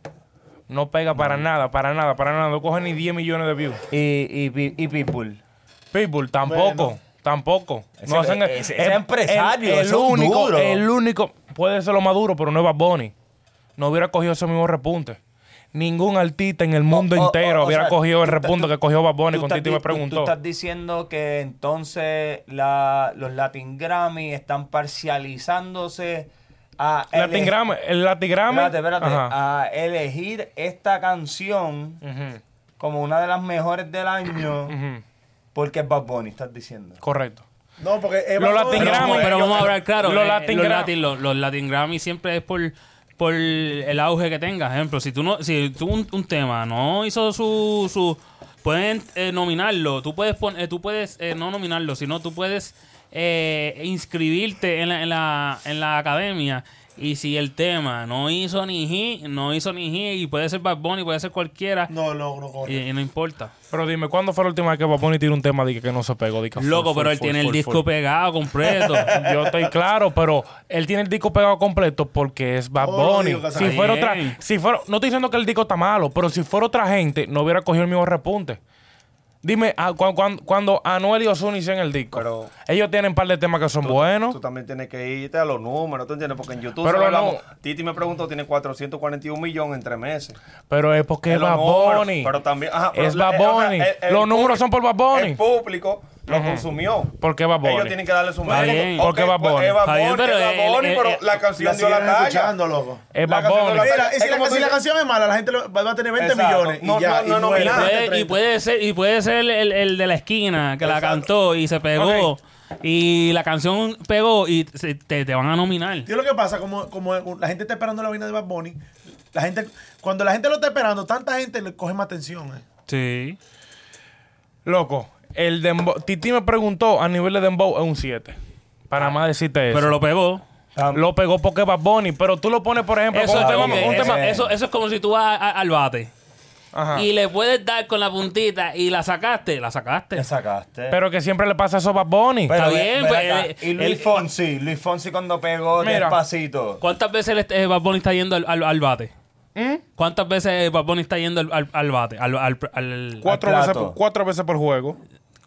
B: No pega para nada, para nada, para nada. No coge ni 10 millones de views.
A: Y, y, Pi- y Pitbull.
B: People, tampoco. Tampoco.
A: Ese- ese- ese empresario,
B: El,
A: ese es un
B: único,
A: duro.
B: el único. Puede ser lo más duro, pero no es Bad Bunny. No hubiera cogido ese mismo repunte. Ningún artista en el mundo
A: o- o- Oh,
B: entero
A: o
B: hubiera
A: sea,
B: cogido el
A: tú estás-
B: repunte que cogió Bad Bunny
A: Tú
B: con
A: estás
B: Titi
A: di-
B: me
A: tú-
B: preguntó.
A: Tú estás diciendo que entonces la- los Latin Grammy están parcializándose a... ele-
B: Latin Grammy- el Latigrama.
A: Espérate, espérate. Ah, A elegir esta canción como una de las mejores del año porque es Bad Bunny, estás diciendo.
B: Correcto.
C: No, porque. es
B: Los
C: Bad Bunny.
B: Latin
F: Pero,
B: Grammy.
F: vamos- pero vamos a hablar claro. eh,
B: Los
F: Los
B: Latin
F: Latin,
B: Gra-
F: los, los Latin Grammy siempre es por, por el auge que tenga. Ejemplo, si tú no, si tú un, un tema no hizo su, su pueden eh, nominarlo. Tú puedes pon- eh, tú puedes eh, no nominarlo, sino tú puedes eh, inscribirte en la, en la, en la academia. Y si el tema no hizo ni hit, no hizo ni hit, y puede ser Bad Bunny, puede ser cualquiera,
C: No, no, no. corre.
F: y, y no importa.
B: Pero dime, ¿cuándo fue la última vez que Bad Bunny tiró un tema de que- que no se pegó? De que full,
F: Loco,
B: full,
F: pero él
B: full,
F: tiene el
B: full,
F: disco
B: full?
F: pegado
B: (laughs)
F: completo.
B: Yo estoy claro, pero él tiene el disco pegado completo porque es Bad
C: Oh, lo
B: Bunny.
C: digo, que
B: Si
C: está
B: fuera
F: bien.
B: otra, si fuera, no estoy diciendo que el disco está malo, pero si fuera otra gente, no hubiera cogido el mismo repunte. Dime, ah, cu- cuan- cuando Anuel y Ozuna hicieron el disco,
D: Pero-
B: ellos tienen un par de temas que son
D: Tú
B: buenos.
D: también tienes que irte a los números, ¿tú entiendes? Porque en YouTube,
B: Pero
D: se lo
B: no,
D: hablamos. Titi me preguntó, tiene 441 millones en tres meses.
B: Pero es porque es
D: los
B: Bad
D: números,
B: Bunny.
D: Pero también, ajá, pero
B: es
D: la-
B: Bad
D: eh, o sea,
B: Bunny.
D: el- el
B: Los números
D: público-
B: son por Bad Bunny.
D: El público lo consumió.
B: Porque es Bad Bunny.
D: Ellos tienen que darle su
F: Está bien.
D: Ok,
B: Porque es Bad
D: pues,
B: Bunny.
D: es Bad
F: Está bien,
D: Bunny,
F: pero
D: es Bad
B: eh,
F: el-
D: Bunny,
F: el-
D: pero
F: el-
D: la
C: La
D: canción dio la
C: siguen
D: talla.
C: escuchando, loco.
B: Es
D: la
B: Bad
D: canción de
B: Bunny.
D: la-
C: Mira, y si,
D: Es
C: la,
D: como
C: si
D: tú
C: la
D: dices-
C: canción es mala, la gente lo- va va a tener 20
D: Exacto.
C: millones. y
D: No,
C: ya,
D: no, no,
C: y
D: no,
C: nueve,
D: mira.
F: Y
C: veinte,
F: puede, y
C: 30.
F: puede ser, y puede ser el, el- el de la esquina que la cantó y se pegó. Y la canción pegó y se- te, te van a nominar.
C: Tío, lo que pasa, como, como la gente está esperando la vaina de Bad Bunny, la gente, cuando la gente lo está esperando, tanta gente le coge más atención. eh.
F: Sí.
B: Loco, el dembow- Titi me preguntó a nivel de dembow es un 7.
D: Ah.
B: Para más decirte eso.
F: Pero lo pegó.
B: lo pegó porque es Bad Bunny. Pero tú lo pones, por ejemplo,
F: Eso,
B: con
F: es
B: un
A: está
B: tema-
F: como-
A: bien,
B: un
F: eso-
B: tema- Ah.
F: eso- eso es como si tú vas a- a- al bate
B: Ajá.
F: y le puedes dar con la puntita y la sacaste. La sacaste.
A: Te sacaste.
B: Pero que siempre le pasa eso a Bad Bunny.
A: Pero
F: está
A: ve-
F: bien,
A: ve
F: pues,
A: acá.
F: eh,
A: Y Luis
F: el-
A: Fonsi, Luis Fonsi cuando pegó
B: Mira.
A: despacito.
F: ¿Cuántas veces el este- eh, Bad Bunny está yendo al, al- al bate?
B: ¿Mm?
F: ¿Cuántas veces eh, Bad Bunny está yendo al, al- al bate? Al- al- al-
B: cuatro,
A: al
B: veces
A: plato.
B: por, cuatro veces por juego.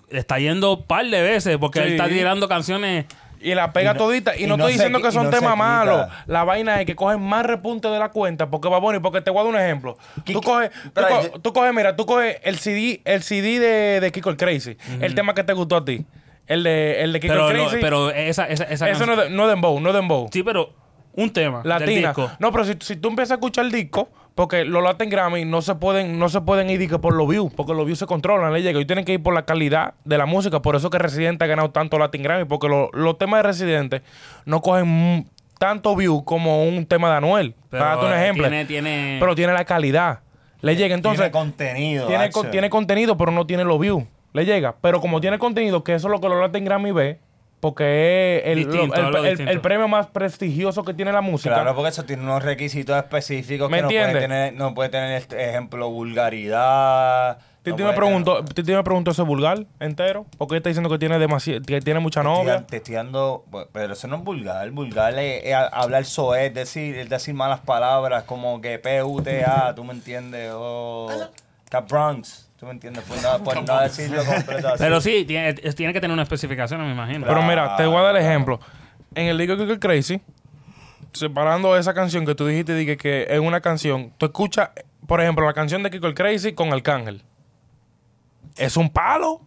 F: está yendo un par de veces porque él
B: Sí.
F: está tirando canciones.
B: Y la pega
A: Y no-
B: todita. Y,
A: y
B: no,
A: no
B: estoy
A: se
B: diciendo
A: qui-
B: que
A: y
B: son
A: no se
B: temas
A: quita.
B: malos. La vaina es que cogen más repunte de la cuenta porque Bad Bunny, porque te voy a dar un ejemplo.
A: Qui-
B: Tú coges, tú
A: Pero
B: co-
A: yo-
B: tú coges, mira, tú coges el CD, el CD de, de Kiko el Crazy. El tema que te gustó a ti. El de, el de Kiko
F: Pero,
B: el
F: no-
B: Crazy.
F: pero esa, esa, esa
B: eso no
F: canción-
B: es, de- no es dembow, no es dembow.
F: Sí, pero un tema del
B: Latina.
F: disco.
B: No, pero si, si tú empiezas a escuchar el disco, porque los Latin Grammy no se pueden, no se pueden ir de que por los views, porque los views se controlan, le llega. Y tienen que ir por la calidad de la música. Por eso que Residente ha ganado tanto Latin Grammy, porque lo- los temas de Residente no cogen mm, tanto view como un tema de Anuel.
F: Pero,
B: Para darte un
F: eh,
B: ejemplo.
F: tiene- tiene-
B: Pero tiene la calidad. Le llega entonces.
A: tiene contenido.
B: Tiene,
A: Axel.
B: con- tiene contenido, pero no tiene los views. Le llega. Pero como tiene contenido, que eso es lo que los Latin Grammy ve, porque es el,
F: Distinto,
B: el-
F: algo
B: el-
F: distinto.
B: el premio más prestigioso que tiene la música.
A: Claro, porque eso tiene unos requisitos específicos
B: ¿Me
A: que no puede
B: entiendes?
A: tener, no puede tener este ejemplo vulgaridad,
B: Titi
A: No
B: me
A: puede
B: preguntó, Titi me preguntó ese vulgar entero. Porque está diciendo que tiene demasiado, que tiene mucha novia.
A: Testigan- Testeando, bu- pero eso no es vulgar. Vulgar es, es hablar soez, decir, es decir malas palabras como que PUTA, ¿tú me entiendes? O Cabrons, ¿tú me entiendes? Por no, por no
B: (laughs)
A: decirlo completo así.
F: Pero sí, tiene, tiene que tener una especificación, me imagino.
B: Pero mira, te voy a dar el ejemplo. En el Liga Kicker Crazy, separando esa canción que tú dijiste, dije que es una canción. Tú escuchas, por ejemplo, la canción de Kiko el Crazy con Arcángel. Es un palo.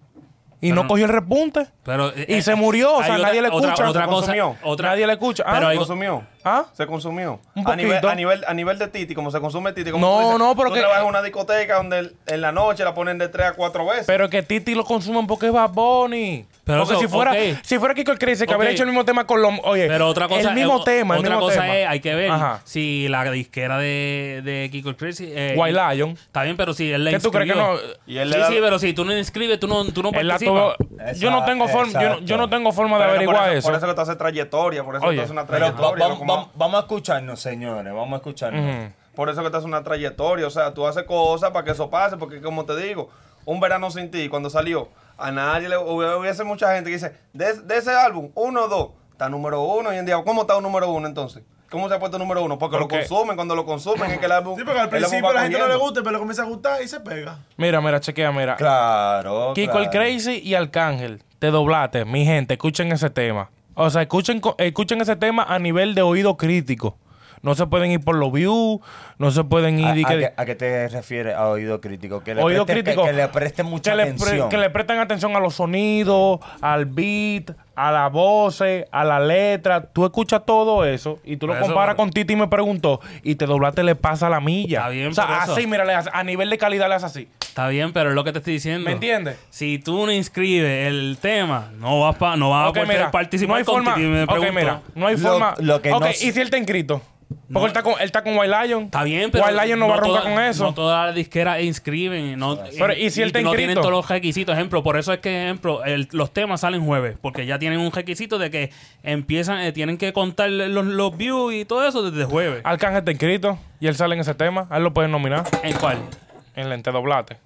B: Y no cogió el repunte.
F: Pero,
B: y
F: eh,
B: se murió. O sea,
F: hay otra-
B: nadie le
F: otra-
B: escucha.
F: otra
B: Se
F: cosa-
B: consumió.
F: otra-
B: Nadie le escucha. Ah,
F: Pero
D: ¿Se
F: hay-
D: consumió?
B: ¿Ah?
D: Se consumió.
B: Un
D: a, nivel,
B: poquito.
D: a, nivel, a nivel de Titi, como se consume Titi. Como
B: No,
D: tú dices,
B: no, pero
D: tú
B: que-
D: trabajas en una discoteca donde el- en la noche la ponen de tres a cuatro veces.
B: Pero que Titi lo consuman porque es Bad Bunny.
F: Pero
B: porque
F: eso,
B: si fuera,
F: ok.
B: si fuera Kiko el Crazy, que
F: Ok.
B: hubiera hecho el mismo tema con los. Oye,
F: Pero otra cosa
B: El mismo
F: eh,
B: tema, el
F: otra
B: mismo
F: cosa
B: tema.
F: es, hay que ver
B: Ajá.
F: si la disquera de, de Kiko el Crazy. eh,
B: White Lion.
F: Está bien, pero si él le
B: ¿Qué tú crees que
F: inscribió.
B: no?
D: Y él le
F: sí,
D: da-
F: sí, pero si tú no inscribes, tú no, tú no
B: Él la
F: participas.
B: tuvo- yo no tengo forma, yo no, yo no
A: Exacto.
B: tengo forma de
D: Pero
B: averiguar
D: por eso,
B: eso.
D: Por eso que tú haces trayectoria, por eso que
B: Oye.
D: tú haces una
A: Pero va-
D: trayectoria.
A: va-
D: no como-
A: va- vamos a escucharnos, señores, vamos a escucharnos.
D: Por eso que te hace una trayectoria. O sea, tú haces cosas para que eso pase. Porque, como te digo, un verano sin ti, cuando salió, a nadie le hubi- hubiese mucha gente que dice, de, de ese álbum, uno o dos, está número uno hoy en día. ¿Cómo está un número uno entonces? ¿Cómo se ha puesto número uno? Porque
B: Porque-
D: lo consumen, cuando lo consumen es que el álbum.
C: Sí, porque al
D: el álbum
C: principio
D: va
C: la gente no le
D: cogiendo.
C: gusta, pero le comienza a gustar y se pega.
B: Mira, mira, chequea, mira.
A: Claro.
B: Kiko
A: claro.
B: el Crazy y Arcángel, te doblaste, mi gente, escuchen ese tema. O sea, escuchen, co- escuchen ese tema a nivel de oído crítico. No se pueden ir por los views, no se pueden ir...
A: ¿A,
B: y
A: a
B: que-
A: qué, a qué te refieres a oído crítico? Que le
B: oído
A: preste- que-
B: crítico.
A: Que, le presten mucha
B: que le pre-
A: atención.
B: que le presten atención a los sonidos, al beat, a las voces, a la letra. Tú escuchas todo eso y tú lo
F: Eso-
B: comparas con Titi y me preguntó y te doblaste le pasa la milla.
F: Está bien,
B: o sea,
F: pero eso-
B: así, mira, le hace- a nivel de calidad le haces así.
F: Está bien, pero es lo que te estoy diciendo.
B: ¿Me entiendes?
F: Si tú no inscribes el tema, no vas, pa, no vas
B: Ok,
F: a poder
B: mira,
F: participar
B: no hay
F: pues con
B: forma,
F: Titi, me
B: ok,
F: pregunto.
B: mira, no hay
A: Lo-
B: forma.
A: lo que
B: ok,
A: no-
B: y si él está inscrito. Porque él, está con, él está con White Lion.
F: Está bien, pero.
B: White Lion no, va a roncar
F: toda-
B: con eso.
F: No todas las disqueras inscriben. No,
B: Pero, ¿y si él está
F: no tienen
B: inscrito?
F: todos los requisitos. Ejemplo, por eso es que, ejemplo, el- los temas salen jueves. Porque ya tienen un requisito de que empiezan, eh, tienen que contar los, los views y todo eso desde jueves.
B: Arcángel está inscrito y él sale en ese tema. A él lo pueden nominar
F: ¿En cuál?
B: en lente doblate.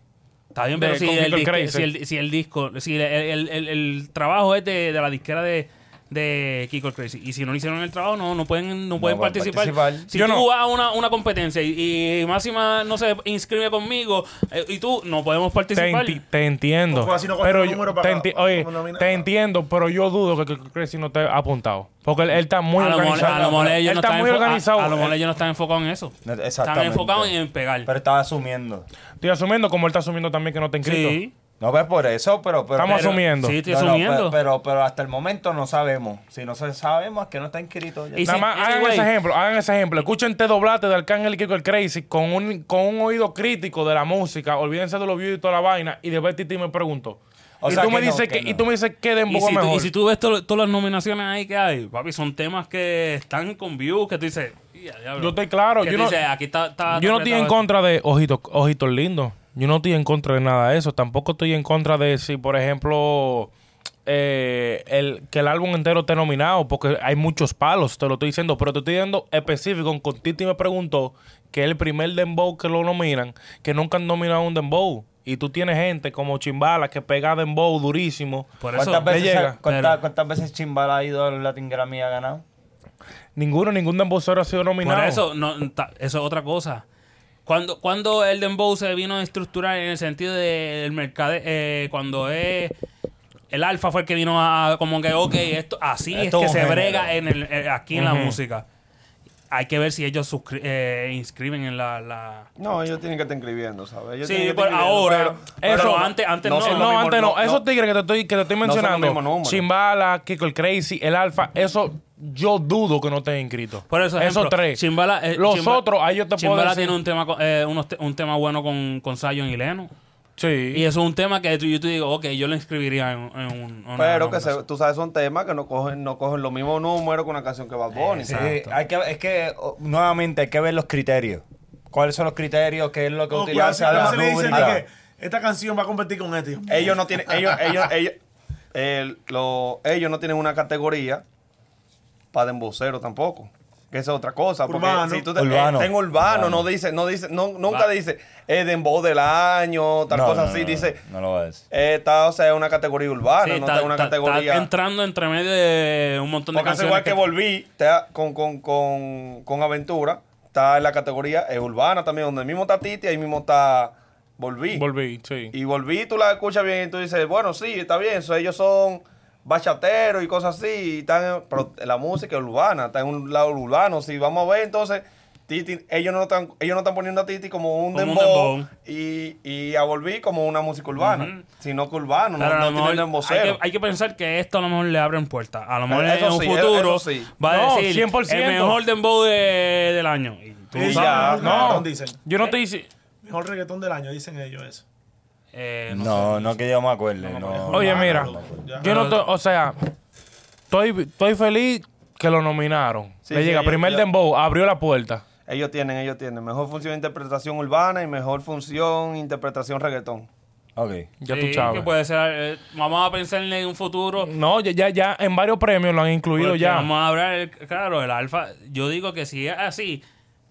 F: Está bien,
B: De-
F: pero si,
B: con
F: el
B: Kiko el
F: disque-
B: Crazy.
F: si, el, si el disco, si el, el- el- el trabajo es de, de la disquera de, de Kiko el Crazy. Y si no hicieron el trabajo, no, no pueden, no pueden
A: van a
F: participar.
A: participar.
F: Si
B: Yo
F: tú
B: no.
F: vas a una, una competencia y, y Máxima no se inscribe conmigo eh, y tú no podemos
B: Te,
F: participar.
B: enti- te entiendo.
C: Ojo, Pues, así no cogió
B: pero
C: el
B: yo-
C: número
B: te,
C: para-
B: enti- oye,
C: para nominar.
B: te entiendo, pero yo dudo que Kiko Crazy no te ha apuntado. Porque él, él está muy
F: a lo mejor-
B: organizado.
F: a lo mejor ellos
B: él
F: no
B: está
F: están
B: muy
F: enfo- a-
B: organizado.
F: A lo mejor
B: Él-
F: ellos no están enfocados en eso.
A: No,
F: Están
A: exactamente.
F: enfocados en pegar.
A: Pero estaba asumiendo.
B: Estoy asumiendo como él está asumiendo también que no está inscrito.
F: sí.
A: No ves por eso, pero. pero
B: Estamos
A: pero-
B: asumiendo.
F: Sí, estoy
A: No, no,
F: asumiendo.
A: pero, pero, pero hasta el momento no sabemos. Si no se- sabemos es que no está inscrito. ya
F: Y
A: está.
B: Nada
F: Sí,
B: más hagan
F: anyway.
B: ese ejemplo, hagan ese ejemplo. Escuchen Te Doblate de Arcángel y Kiko el Crazy con un, con un oído crítico de la música. Olvídense de los views y toda la vaina. Y después Titi me preguntó.
A: O
B: y,
A: sea
B: tú
A: que
B: me
A: no,
B: dices
A: que
B: que, y
A: no.
B: tú me dices que de
F: Y si, tú,
B: mejor.
F: y si tú ves to- todas las nominaciones ahí que hay, papi, son temas que están con views, que tú dices... "Ya, diablo".
B: Yo estoy claro,
F: Que
B: yo
F: tú
B: no-
F: dices, aquí está- está-
B: Yo no
F: está
B: estoy en
F: apretado
B: contra de ojitos, ojitos lindos. Yo no estoy en contra de nada de eso. Tampoco estoy en contra de si, por ejemplo, eh, el, que el álbum entero esté nominado, porque hay muchos palos, te lo estoy diciendo. Pero te estoy diciendo específico. Con Titi me preguntó que es el primer dembow que lo nominan, que nunca han nominado un dembow. Y tú tienes gente como Chimbala que pega dembow durísimo.
F: Por eso,
A: ¿Cuántas veces,
B: le llega,
A: cuántas-
F: pero-
A: cuántas veces Chimbala ha ido al Latin Grammy y ha ganado?
B: Ninguno, ningún dembowcero ha sido nominado.
F: Por eso, no, ta- eso es otra cosa. Cuando, cuando el Dembow se vino a estructurar en el sentido del mercado, eh, cuando es. El alfa fue el que vino a, a como que, ok, esto, así
A: Esto es
F: es que
A: un
F: se
A: género.
F: brega en el, eh, aquí en la música. Hay que ver si ellos suscri- eh, inscriben en la. la-
D: No, ellos tienen que estar inscribiendo, ¿sabes? Ellos
F: Sí,
D: tienen que
F: por
D: estar
F: ahora.
D: inscribiendo, pero-
F: Eso,
D: pero-
F: antes, antes
D: no
F: no.
B: Eh,
D: son
B: no,
D: los mismos
B: antes no.
D: nu-
B: Esos
D: no.
B: tigres que te estoy, que te estoy
D: son los
B: mencionando.
D: mismos números.
B: Chimbala, Kiko el Crazy, el Alfa, eso yo dudo que no estén inscritos.
F: Por eso,
B: esos
F: ejemplo,
B: tres.
F: Chimbala, eh,
B: Los
F: Chimba-
B: otros, ahí yo te puedo
F: Chimbala
B: decir.
F: tiene un tema, con- eh, unos te- un tema bueno con, con Zion y Leno.
B: Sí.
F: Y eso es un tema que tú- yo te digo, ok, yo lo inscribiría en, en un. en una
D: Pero que se,
F: nominación.
D: tú sabes, son temas que no cogen, no cogen los mismos números con una canción que Bad Bunny.
A: Sí, hay que, es que, o- nuevamente, hay que ver los criterios. ¿Cuáles son los criterios? ¿Qué es lo que
C: O cuidado, si
A: utiliza la
C: además le dicen de
A: rúbrica?
C: que esta canción va a competir con este.
D: Ellos no tienen, ellos, ellos, ellos, el- lo- ellos no tienen una categoría para dembocero tampoco. que es otra cosa. Porque
C: Urbano.
D: si tú te,
A: Urbano.
D: eh, tengo urbano,
A: Urbano.
D: no dice, no dice, no, nunca dice eh, Dembow del año, tal
A: No,
D: cosa
A: no,
D: así,
A: no,
D: dice.
A: No lo voy a decir.
D: eh, está, o sea, es una categoría urbana,
F: Sí,
D: Ah, no
F: está,
D: está una
F: está- está
D: categoría.
F: entrando entre medio de un montón de
D: Porque es
F: canciones.
D: igual que,
F: que-
D: volví está con, con, con, con Aventura, está en la categoría eh, urbana también, donde mismo está Titi, ahí mismo está Volví.
B: Volví, sí.
D: Y Volví, tú la escuchas bien y tú dices, bueno, sí, está bien, so, ellos son bachateros y cosas así, y están, pero la música es urbana, está en un lado urbano, si vamos a ver entonces... Titi, ellos no están, ellos no están poniendo a Titi como un
F: Como un
D: dembow,
F: dembow.
D: y, y a Volví como una música urbana, sino que urbano,
F: Pero a
D: no,
F: lo
D: no tiene
F: mejor hay,
D: dembocero.
F: que, hay que pensar que esto a lo mejor le abren puertas. A lo mejor
D: Eh, eso
F: en un
D: sí, eh,
F: futuro
D: eso sí.
F: va a
B: No,
F: decir
B: 100%.
F: el mejor dembow de- del año. Y tú
C: Y
F: sabes,
D: ya.
C: mejor
B: No,
C: reggaetón, dicen.
B: yo no te hice.
C: Mejor reggaetón del año, dicen ellos eso.
F: eh,
A: No,
F: no
A: no, que yo me acuerde. No,
B: Oye, mira,
C: Ya.
B: yo no to- o sea, estoy, estoy feliz que lo nominaron.
D: Sí,
B: Le
D: sí,
B: llega
D: yo-
B: primer
D: yo-
B: dembow, abrió la puerta.
D: Ellos tienen, ellos tienen. Mejor función de interpretación urbana y mejor función interpretación reggaetón.
A: Ok.
B: Ya
F: Sí,
B: tú sabes.
F: que puede ser, eh, vamos a pensar en un futuro.
B: No, ya, ya, ya en varios premios lo han incluido
F: porque
B: ya.
F: Vamos a hablar, el- claro, el alfa. Yo digo que si es así,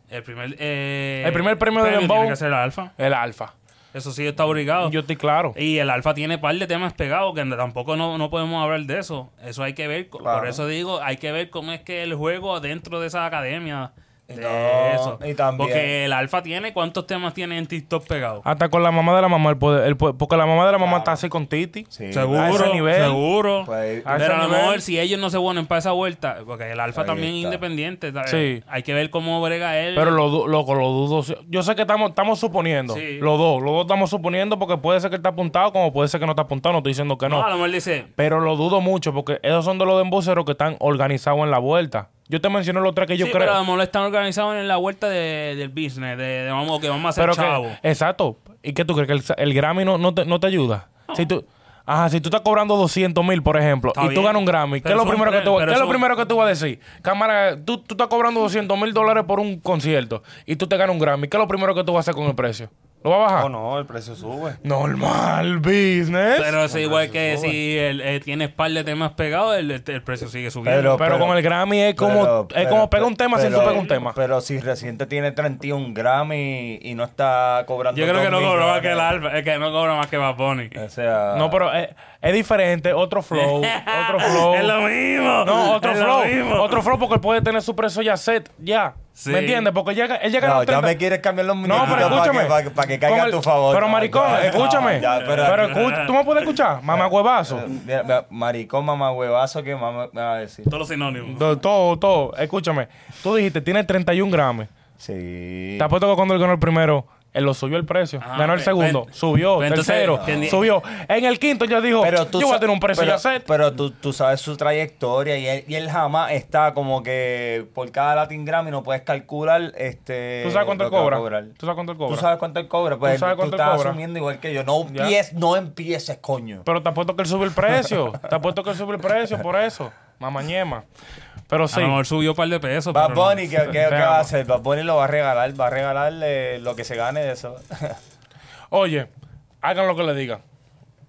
F: el primer, eh,
B: El primer premio de dembow.
F: tiene que ser el alfa.
B: El alfa.
F: Eso sí está obligado.
B: Yo estoy claro.
F: Y el alfa tiene par de temas pegados que tampoco no, no podemos hablar de eso. Eso hay que ver. co-
D: Claro.
F: Por eso digo, hay que ver cómo es que el juego dentro de esa academia. De
A: No,
F: eso.
A: y también-
F: Porque el alfa tiene cuántos temas tiene en TikTok pegados.
B: Hasta con la mamá de la mamá, él puede- él puede- porque la mamá de la mamá está así con Titi.
A: Sí.
F: Seguro,
B: A ese nivel.
F: seguro.
A: Pues,
B: A ese
F: pero a lo
B: nivel.
F: mejor si ellos no se ponen para esa vuelta, porque el Alfa
A: Ahí
F: también es
A: está.
F: independiente, ¿sabes?
B: Sí.
F: hay que ver cómo brega él.
B: Pero lo, du- loco, lo dudo. Yo sé que estamos, estamos suponiendo.
F: Sí.
B: Los dos. Los dos estamos suponiendo porque puede ser que está apuntado como puede ser que no está apuntado. No estoy diciendo que
F: no,
B: no.
F: a lo mejor Ah, dice,
B: Pero lo dudo mucho porque esos son de los embuceros que están organizados en la vuelta. Yo te menciono los tres que yo
F: sí, pero a lo
B: creo.
F: mejor están organizados en la vuelta de- del business, de, de vamos, que vamos a hacer
B: Pero,
F: chavo.
B: que, exacto. ¿Y qué tú crees? ¿Que el, sa- el Grammy no, no, te, no te ayuda? Si tú, ajá, si tú estás cobrando 200 mil, por ejemplo,
F: Está
B: y tú
F: bien.
B: ganas un Grammy, ¿qué
F: Pero
B: es, lo
F: son
B: primero que
F: tres,
B: tú,
F: pero
B: ¿qué es lo
F: son-
B: primero que tú vas a decir? Cámara, tú, tú estás cobrando 200 mil dólares por un concierto y tú te ganas un Grammy. ¿Qué es lo primero que tú vas a hacer con el precio? ¿Lo vas a bajar?
D: Oh, no, el precio sube.
B: Normal business. Pero,
F: Pero es igual que si él, eh, tienes par de temas pegados, el, el precio sigue subiendo.
A: Pero-
B: con el Grammy es como,
A: Pero-
B: es
A: pero-
B: como pega un tema sin tú
A: pero-
B: pega un tema.
A: Pero si reciente tiene 31 Grammy y no está cobrando.
F: Yo creo que no
A: 2.000
F: cobra más que el
A: dólares.
F: Alfa, es que no cobra más que Bad Bunny.
A: O sea.
B: No, pero es, es diferente, otro Eh,
F: (laughs)
B: flow, otro flow.
F: es lo mismo.
B: No, otro
F: es lo mismo.
B: flow. Otro flow porque él puede tener su precio ya set, ya.
F: Sí.
B: ¿Me entiendes? Porque él llega, él llega a
A: No,
B: los
A: ya
B: 30.
A: me quieres cambiar los
B: No,
A: muñequitos
B: pero
A: para
B: escúchame.
A: que, para que, para que caiga
B: Con
A: a
B: el-
A: tu favor.
B: Pero
A: No,
B: maricón,
A: ya,
B: escúchame.
A: no, ya, espérate.
B: pero escu- tú me puedes escuchar, mamá huevazo.
A: Mira, mira, maricón, mamá huevazo, que mamá me va a decir.
F: Todos los sinónimos.
B: Do- Todo, todo. Escúchame. Tú dijiste, tiene 31 gramos.
A: Sí.
B: Te apuesto que cuando él ganó el primero, él lo subió el precio.
F: Ah,
B: ganó el
F: pe-
B: segundo,
F: pe-
B: subió,
F: pe- entonces,
B: tercero,
F: entendí-
B: subió. En el quinto ya dijo,
A: Pero tú
B: yo voy
A: sa-
B: a tener un precio
A: pero,
B: ya set.
A: Pero tú, tú sabes su trayectoria y él, y él jamás está como que por cada Latin Grammy no puedes calcular este.
B: ¿Tú sabes cuánto
A: lo
B: él
A: que va a
B: cobra?
A: cobrar.
B: ¿Tú sabes cuánto él cobra?
A: Tú sabes cuánto él cobra. Pues
B: ¿Tú
A: tú,
B: sabes cuánto él
A: estás
B: cobra?
A: asumiendo igual que yo. No,
B: Ya.
A: empiez- no empieces, coño.
B: Pero te apuesto que él sube el precio. te apuesto que él sube el precio por eso. Mamañema. Pero sí.
F: A lo mejor subió un par de (laughs) pesos.
A: Bad
F: pero no.
A: Bunny, ¿qué, qué- qué va a
B: Veamos.
A: hacer? Bad Bunny lo va a regalar, va a regalarle lo que se gane de eso. (laughs)
B: Oye, hagan lo que le digan.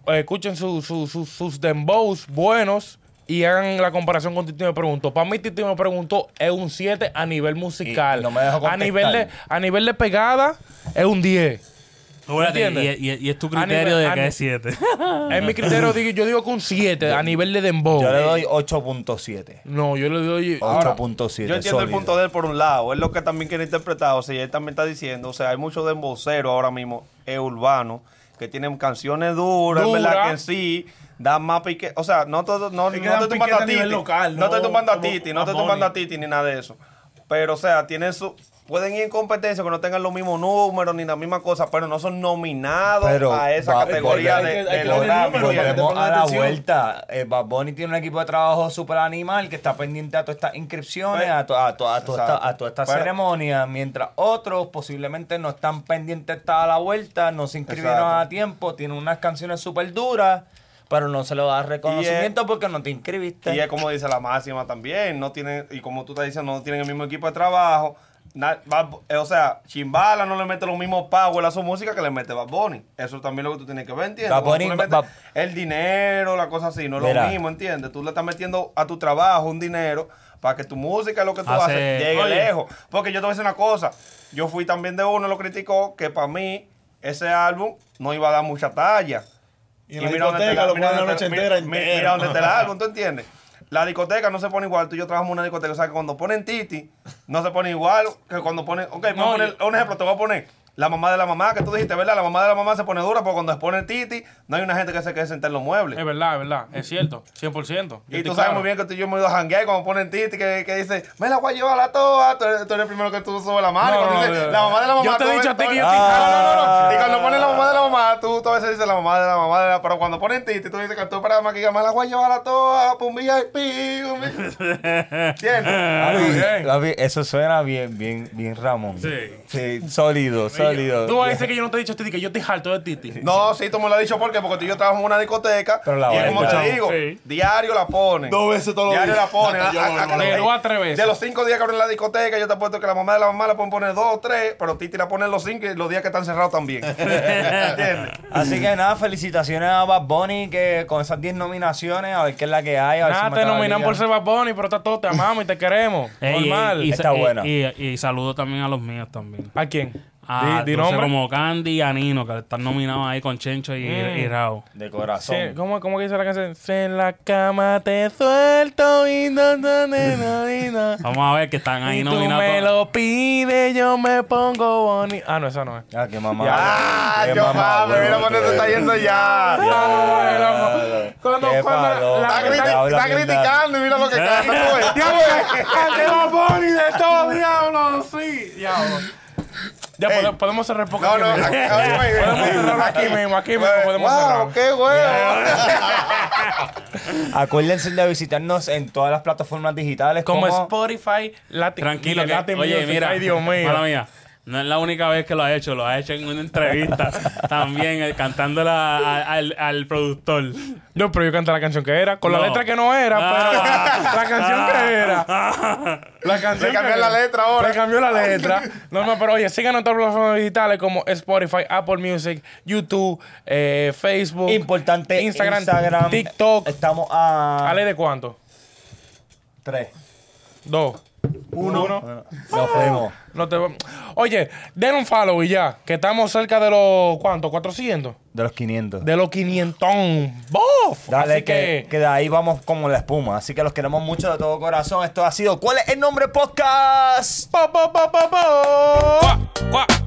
B: Eh, Escuchen su- su- su- sus dembows buenos y hagan la comparación con Titi me preguntó. Para mí Titi me preguntó es un 7 a nivel musical.
A: Y no me dejó
B: a
A: contestar.
B: nivel de a nivel de pegada es un 10.
F: Espérate,
B: ¿Entiendes?
F: y, y- y es tu
B: A nivel-
F: criterio de
B: a
F: que
B: ni-
F: es
B: (laughs)
F: 7.
B: En mi criterio digo- yo digo que un 7 a nivel de dembow.
A: Yo le doy 8.7.
B: No, yo le doy ahora,
A: 8.7.
D: Yo entiendo el
A: sólido.
D: punto de él por un lado, es lo que también quiere interpretar, o sea, él también está diciendo, o sea, hay muchos demboceros ahora mismo, es urbano, que tienen canciones duras,
B: Dura.
D: ¿verdad? Que sí, dan más pique, o sea, no, todo- no, no
C: que
D: estoy
C: dan
D: tumbando
C: piquete
D: a
C: a nivel
D: Titi,
C: local,
D: no estoy
C: no
D: tumbando a
C: como
D: Titi, no estoy
C: Bad
D: tumbando a
C: Bunny.
D: Titi ni nada de eso, pero o sea, tienen su... Pueden ir en competencia que no tengan los mismos números ni la misma cosa, pero no son nominados
A: Pero
D: a esa
A: va-
D: categoría
A: volve-
D: de,
C: hay que-
D: de
C: hay que
D: los
C: tener
D: Grammy,
C: números,
D: ¿entiendes?
A: Volvemos
C: pongan
A: a la
C: atención.
A: vuelta. Eh, Bad Bunny tiene un equipo de trabajo super animal que está pendiente a todas estas inscripciones,
D: Pues,
A: a, to- a to- a todas
D: exacto.
A: estas- a todas estas
D: Pero-
A: ceremonias, mientras otros posiblemente no están pendientes hasta a la vuelta, no se inscribieron
D: Exacto.
A: a tiempo, tienen unas canciones súper duras, pero no se le da reconocimiento porque no te inscribiste.
D: Y es como dice la máxima también, no tienen, y como tú estás diciendo, no tienen el mismo equipo de trabajo. na- Bad Bu- eh, o sea, Chimbala no le mete los mismos power a su música que le mete Bad Bunny. Eso también es lo que tú tienes que ver, ¿entiendes?
A: Bad
D: Cuando tú
A: Bunny-
D: le metes
A: Bad-
D: el dinero, la cosa así, no es
A: Mira.
D: lo mismo, ¿entiendes? Tú le estás metiendo a tu trabajo un dinero para que tu música, lo que tú
F: Hace-
D: haces, llegue
F: Oye.
D: lejos. Porque yo te voy a decir una cosa. Yo fui también de uno, lo criticó, que para mí ese álbum no iba a dar mucha talla.
C: Y en la discoteca lo ponen la
D: dónde
C: noche
D: está-
C: entera.
D: mira-
C: entera. (laughs)
D: mira dónde está el álbum, ¿tú entiendes? La discoteca no se pone igual. Tú y yo trabajamos en una discoteca. O sea, que cuando ponen Titi, no se pone igual que cuando ponen... Ok, voy a
F: No,
D: poner- un ejemplo. Te voy a poner la mamá de la mamá, que tú dijiste, ¿verdad? La mamá de la mamá se pone dura, porque cuando se pone Titi, no hay una gente que se quede sentada en los muebles.
B: Es verdad, es verdad. Es cierto. 100%. Yo
D: Y
B: estoy
D: tú sabes
B: claro.
D: muy bien que tú y yo hemos ido a janguear y cuando ponen Titi que, que dice, me la voy a llevar a toa, tú eres, tú eres el primero que tú subes la mano.
B: No,
D: y cuando
B: no,
D: dice,
B: no, no.
D: la mamá de la mamá.
B: Yo te he
D: tú
B: dicho a
D: ves-
B: ti
D: tú
B: que
D: ves-
B: yo estoy-
D: Ah, No, no, no. Y cuando ponen la mamá de la mamá, tú, tú a veces dices la mamá de la mamá de la. Pero cuando ponen Titi, tú dices que tú para que me la voy a llevar a toa, pa' un VIP, un VIP.
B: (laughs)
A: Papi,
D: ¿Entiendes?
A: papi, eso suena bien, bien, bien Ramón.
B: Sí.
A: Sí, sólido, sólido.
B: Tú vas a decir que yo no te he dicho a ti que yo estoy harto de Titi.
D: No, sí, tú me lo has dicho porque, porque tú y yo trabajamos en una discoteca.
A: Pero la
D: y es
A: hora,
D: como te
A: escuchamos.
D: digo,
B: Sí.
D: diario la ponen.
C: Dos veces todos los
D: Diario
C: días.
D: la ponen. Ah,
C: Hasta (laughs) yo
D: A- a-
C: vuelvo loco.
B: De
D: a-
B: dos a tres veces.
D: De los cinco días que abren la discoteca, yo te apuesto que la mamá de la mamá la pueden poner dos o tres, pero Titi la ponen los cinco y los días que están
A: (laughs)
D: cerrados también.
F: (laughs)
D: ¿Entiendes?
A: Así que nada, felicitaciones a Bad Bunny que con esas 10 nominaciones, a ver qué es la que
F: Ah,
A: hay. A ver si
B: Nada, te
A: mata la
B: nominan
A: liga.
B: por ser Bad Bunny, pero está todo, te amamos y te queremos.
F: (laughs) Ey, ey,
B: Normal.
F: Eh, y,
A: Está
F: y-
A: buena.
F: Y, y saludo también a los míos también.
B: ¿A quién?
F: A
B: di, di
F: Dulce
B: nombre.
F: Ah, como Candy y a Nino, que están nominados ahí con Chencho y,
B: Mm.
F: y Raúl.
A: De corazón.
B: Sí, ¿cómo, ¿Cómo que dice la canción? Si en la cama te suelto y no, no, no, no, y
F: (laughs)
B: no.
F: Vamos a ver que están ahí
B: Y tú me
F: nominados.
B: lo pides, yo me pongo bonito. Ah, no, esa no es.
A: Ah, qué mamá.
D: Ah,
A: Qué
D: yo
A: mamá,
D: madre, mira por dónde está yendo ya.
B: Ah, bueno, cuando-
A: Qué
B: cuando
A: palo.
B: la-
D: Está,
B: la-
D: criti-
A: Habla
D: está
A: mierda.
D: criticando y
A: (laughs)
D: mira lo que pues. canta. ¿no
B: (laughs)
D: ves?
B: Diablo,
A: pues.
B: ante Bad Bunny de todo, diablo, sí, diablo. Ya
D: Ey.
B: pode- podemos cerrar poco.
D: No, no, aquí,
B: (laughs) Podemos cerrar aquí mismo, aquí mismo podemos cerrar.
D: Wow, qué huevo.
A: Acuérdense de visitarnos en todas las plataformas digitales
B: Como
A: como,
B: Spotify, Latin
F: Tranquilo,
B: mira,
F: que,
B: Latin
F: oye,
B: Music,
F: mira,
B: ay, Dios
F: mala
B: mío.
F: mía, no es la única vez que lo ha hecho, lo ha hecho en una
B: (laughs)
F: entrevista también, eh, cantándola a- al, al productor.
B: No, pero yo canté la canción que era, con la
F: No.
B: letra que no era,
F: Ah.
B: pero (laughs) la canción que era. La canción
D: Le cambió
B: que
D: la
B: era.
D: letra ahora.
B: Le cambió la letra. No, no, pero oye, sigan nuestras plataformas digitales como Spotify, Apple Music, YouTube, eh, Facebook.
A: importante
B: Instagram,
A: Instagram,
B: TikTok.
A: Estamos a
B: ¿Ale de cuánto?
A: 3.
B: Dos. Uno.
A: Nos fuimos.
B: No te... Oye, den un follow y ya, que estamos cerca de los, ¿cuánto? ¿400?
A: De los 500.
B: De los 500. ¡Bof!
A: Dale,
B: Así
A: que, que de ahí vamos como la espuma. Así que los queremos mucho de todo corazón. Esto ha sido ¿Cuál es el nombre podcast?
B: Pa, pa, pa, pa, pa.
F: Cuac, cuac.